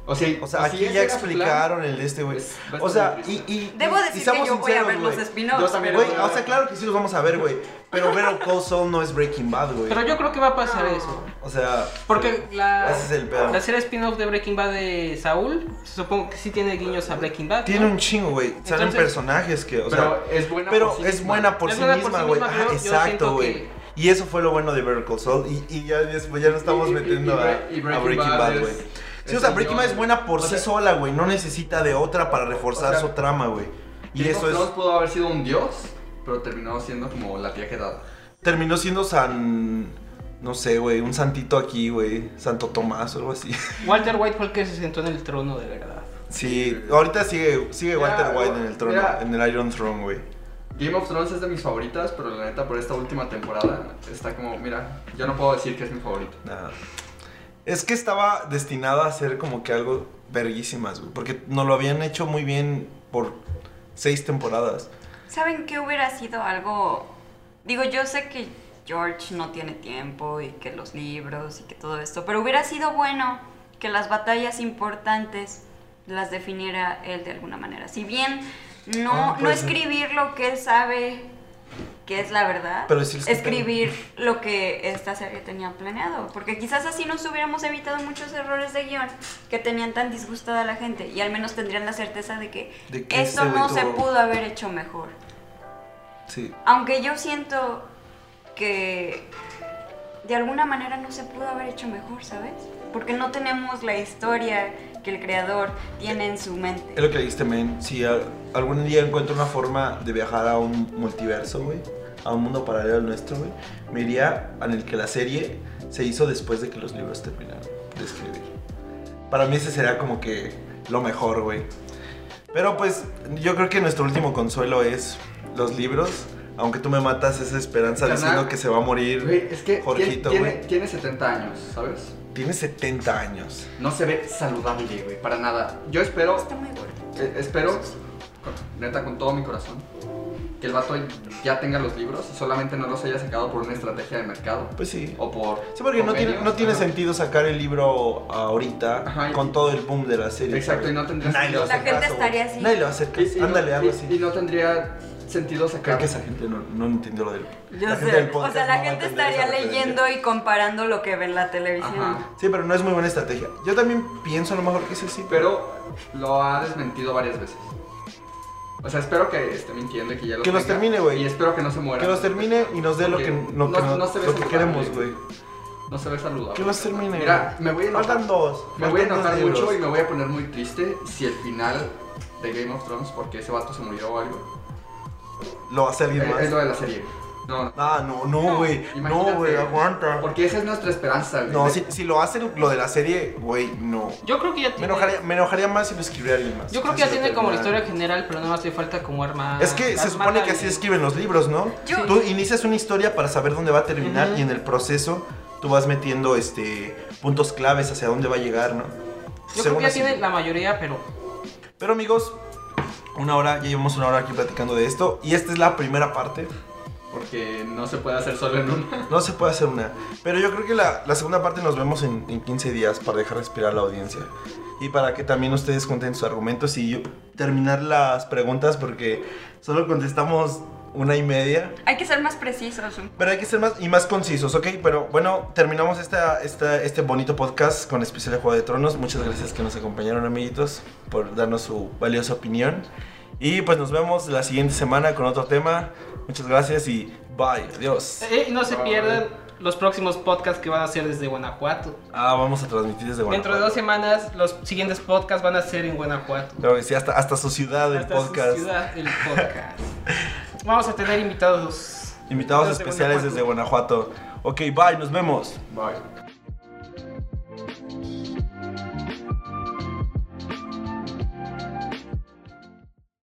Speaker 3: o sea,
Speaker 1: O sea,
Speaker 3: si
Speaker 1: aquí
Speaker 3: ese
Speaker 1: ya
Speaker 3: era su plan,
Speaker 1: explicaron el de este, güey.
Speaker 3: es bastante
Speaker 1: O sea, y,
Speaker 3: triste.
Speaker 1: y.
Speaker 4: Debo
Speaker 1: y- y
Speaker 4: decir que
Speaker 1: seamos
Speaker 4: yo voy a
Speaker 1: sinceros,
Speaker 4: ver los
Speaker 1: güey.
Speaker 4: spin-offs.
Speaker 3: Yo también
Speaker 4: pero-
Speaker 1: Güey, o sea, claro que sí los vamos a ver, güey. Pero ver a Cold Soul no es Breaking Bad, güey.
Speaker 2: Pero yo creo que va a pasar eso.
Speaker 1: O sea.
Speaker 2: Porque la,
Speaker 1: Ese es el pedo.
Speaker 2: la serie spin-off de Breaking Bad de Saúl, supongo que sí tiene guiños a Breaking Bad. ¿no?
Speaker 1: Tiene un chingo, güey. Salen
Speaker 2: Entonces-
Speaker 1: personajes que, o
Speaker 3: Pero
Speaker 1: sea.
Speaker 3: es buena
Speaker 1: Pero
Speaker 3: por sí
Speaker 1: es
Speaker 3: misma.
Speaker 1: buena por
Speaker 2: Es
Speaker 1: sí
Speaker 2: buena por
Speaker 1: misma,
Speaker 2: sí
Speaker 1: güey.
Speaker 2: misma,
Speaker 1: Ajá,
Speaker 2: yo- yo
Speaker 1: exacto,
Speaker 2: siento
Speaker 1: güey.
Speaker 2: que-
Speaker 1: Y eso fue lo bueno de Vertical Soul. Y, y ya después ya no estamos
Speaker 3: Y- y- y-
Speaker 1: metiendo
Speaker 3: y
Speaker 1: a,
Speaker 3: Bre- y
Speaker 1: a
Speaker 3: Breaking
Speaker 1: Breaking
Speaker 3: Bad
Speaker 1: Bad,
Speaker 3: es-
Speaker 1: güey. Sí,
Speaker 3: es
Speaker 1: o sea,
Speaker 3: el
Speaker 1: Breaking Bad
Speaker 3: guion.
Speaker 1: es buena por
Speaker 3: O
Speaker 1: sí
Speaker 3: sea-
Speaker 1: sola, güey. No necesita de otra para reforzar
Speaker 3: o sea,
Speaker 1: su trama, güey. Y
Speaker 3: Game of
Speaker 1: eso es.
Speaker 3: Thrones pudo haber sido un dios, pero terminó siendo como la tía que da.
Speaker 1: Terminó siendo San. No sé, güey. Un santito aquí, güey. Santo Tomás o algo así. (laughs)
Speaker 2: Walter White fue el que se sentó en el trono de verdad.
Speaker 1: Sí, ahorita sigue, sigue Walter
Speaker 3: Mira,
Speaker 1: White en el trono,
Speaker 3: mira.
Speaker 1: en el Iron Throne, güey.
Speaker 3: Game of Thrones es de mis favoritas, pero la neta por esta última temporada está como, mira, yo no puedo decir que es mi favorito.
Speaker 1: Nada. Es que estaba destinado a ser como que algo verguísimas, güey. Porque nos lo habían hecho muy bien por seis temporadas.
Speaker 4: ¿Saben qué hubiera sido algo? Digo, yo sé que George no tiene tiempo y que los libros y que todo esto, pero hubiera sido bueno que las batallas importantes las definiera él de alguna manera. Si bien no,
Speaker 1: Ah,
Speaker 4: no
Speaker 1: puede ser.
Speaker 4: escribir lo que él sabe que es la verdad,
Speaker 1: Pero sí los que
Speaker 4: escribir
Speaker 1: (laughs)
Speaker 4: lo que esta serie tenía planeado, porque quizás así nos hubiéramos evitado muchos errores de guión que tenían tan disgustada a la gente y al menos tendrían la certeza de que,
Speaker 1: De que
Speaker 4: esto
Speaker 1: este güey
Speaker 4: no se
Speaker 1: tuvo-
Speaker 4: pudo haber hecho mejor.
Speaker 1: Sí.
Speaker 4: Aunque yo siento que de alguna manera no se pudo haber hecho mejor, ¿sabes? Porque no tenemos la historia que el creador tiene en su
Speaker 1: Es
Speaker 4: mente.
Speaker 1: lo que dijiste, men. Si a- algún día encuentro una forma de viajar a un multiverso, güey. A un mundo paralelo al nuestro, güey. Me iría en el que la serie se hizo después de que los libros terminaron de escribir. Para mí ese sería como que lo mejor, güey. Pero pues yo creo que nuestro último consuelo es los libros. Aunque tú me matas esa esperanza
Speaker 3: Carnal,
Speaker 1: diciendo que se va a morir
Speaker 3: Güey, es que
Speaker 1: Jorgito,
Speaker 3: tiene,
Speaker 1: güey.
Speaker 3: tiene- tiene 70 años, ¿sabes?
Speaker 1: Tiene 70 años.
Speaker 3: No se ve saludable, güey, para nada. Yo espero,
Speaker 4: Está muy gordo.
Speaker 3: eh, espero, con- neta, con todo mi corazón, que el vato ya tenga los libros y solamente no los haya sacado por una estrategia de mercado
Speaker 1: Pues sí.
Speaker 3: o por.
Speaker 1: Sí, porque no tiene,
Speaker 3: convenios,
Speaker 1: no tiene
Speaker 3: ajá.
Speaker 1: sentido sacar el libro ahorita
Speaker 3: Ajá, y-
Speaker 1: con todo el boom de la serie.
Speaker 3: Exacto, y no tendría
Speaker 1: Nadie le va a
Speaker 4: La
Speaker 1: hacer
Speaker 4: gente
Speaker 1: caso, güey.
Speaker 4: estaría así.
Speaker 1: Nadie le va a hacer
Speaker 3: Y-
Speaker 1: caso.
Speaker 3: y no-
Speaker 1: Ándale, algo
Speaker 3: y-
Speaker 1: así.
Speaker 3: Y no tendría sentido
Speaker 1: Creo
Speaker 3: sacar.
Speaker 1: que esa gente no, no entendió lo del.
Speaker 4: Yo
Speaker 1: la gente
Speaker 4: sé.
Speaker 1: del
Speaker 4: O
Speaker 1: podcast
Speaker 4: sea,
Speaker 1: no va
Speaker 4: la
Speaker 1: a
Speaker 4: gente
Speaker 1: entender esa
Speaker 4: estaría
Speaker 1: referencia.
Speaker 4: leyendo y comparando lo que ve en la televisión.
Speaker 3: Ajá.
Speaker 1: Sí, pero no es muy buena estrategia. Yo también pienso a lo mejor que sí, sí, pero.
Speaker 3: Pero lo ha desmentido varias veces. O sea, espero que esté mintiendo y que ya los
Speaker 1: Que los
Speaker 3: tenga,
Speaker 1: termine, güey.
Speaker 3: Y espero que no se muera.
Speaker 1: Que los termine y nos dé lo
Speaker 3: Porque
Speaker 1: que, lo
Speaker 3: no-
Speaker 1: que, no-
Speaker 3: no se ve
Speaker 1: lo que
Speaker 3: saludable.
Speaker 1: queremos, güey.
Speaker 3: No se ve saludable.
Speaker 1: Que los termine.
Speaker 3: Mira,
Speaker 1: güey.
Speaker 3: me voy a enojar.
Speaker 1: Faltan dos.
Speaker 3: Me voy a
Speaker 1: faltan dos
Speaker 3: enojar
Speaker 1: libros.
Speaker 3: mucho y me voy a poner muy triste si el final de Game of Thrones, porque ese vato se murió o algo,
Speaker 1: Lo hace
Speaker 3: eh,
Speaker 1: alguien más.
Speaker 3: es lo de la serie. No, no.
Speaker 1: Ah, no, no, güey. No,
Speaker 3: Imagínate,
Speaker 1: güey, aguanta.
Speaker 3: Porque esa es nuestra esperanza, güey.
Speaker 1: No, si, si lo hacen lo de la serie, güey, no.
Speaker 2: Yo creo que ya
Speaker 1: Me
Speaker 2: tiene.
Speaker 1: enojaría, me enojaría más si lo escribiera alguien más.
Speaker 2: Yo creo que
Speaker 1: Si
Speaker 2: ya
Speaker 1: lo
Speaker 2: tiene como la
Speaker 1: terminara.
Speaker 2: historia general, pero nada más le falta como armar.
Speaker 1: Es que se supone
Speaker 2: armarla
Speaker 1: que
Speaker 2: y-
Speaker 1: así escriben los libros, ¿no?
Speaker 4: Yo-
Speaker 1: Tú inicias una historia para saber dónde va a terminar
Speaker 2: Ujú.
Speaker 1: y en el proceso tú vas metiendo este puntos claves hacia dónde va a llegar, ¿no?
Speaker 2: Yo creo
Speaker 1: Según
Speaker 2: que ya
Speaker 1: así.
Speaker 2: tiene la mayoría, pero.
Speaker 1: Pero amigos, una hora, ya llevamos una hora aquí platicando de esto y esta es la primera parte.
Speaker 3: Porque no se puede hacer solo en una.
Speaker 1: No se puede hacer una. Pero yo creo que la, la segunda parte nos vemos en, en 15 días para dejar respirar a la audiencia. Y para que también ustedes cuenten sus argumentos y yo- terminar las preguntas porque solo contestamos una y media.
Speaker 4: Hay que ser más precisos. un-
Speaker 1: Pero hay que ser más y más concisos, ¿ok? Pero bueno, terminamos esta, esta, este bonito podcast con especial de Juego de Tronos. Muchas gracias que nos acompañaron, amiguitos, por darnos su valiosa opinión. Y pues nos vemos la siguiente semana con otro tema. Muchas gracias y bye. Adiós.
Speaker 2: Eh, y no se
Speaker 3: Ay.
Speaker 2: pierdan los próximos podcasts que van a hacer desde Guanajuato.
Speaker 1: Ah, vamos a transmitir desde
Speaker 2: Dentro de
Speaker 1: Guanajuato.
Speaker 2: dos semanas, los siguientes podcasts van a ser en Guanajuato.
Speaker 1: Claro que sí, hasta, hasta su ciudad del
Speaker 2: Hasta su
Speaker 1: podcast.
Speaker 2: ciudad, el podcast. (laughs) Vamos a tener invitados.
Speaker 1: Invitados
Speaker 2: Desde
Speaker 1: especiales desde Guanajuato. Ok, bye, nos vemos.
Speaker 3: Bye.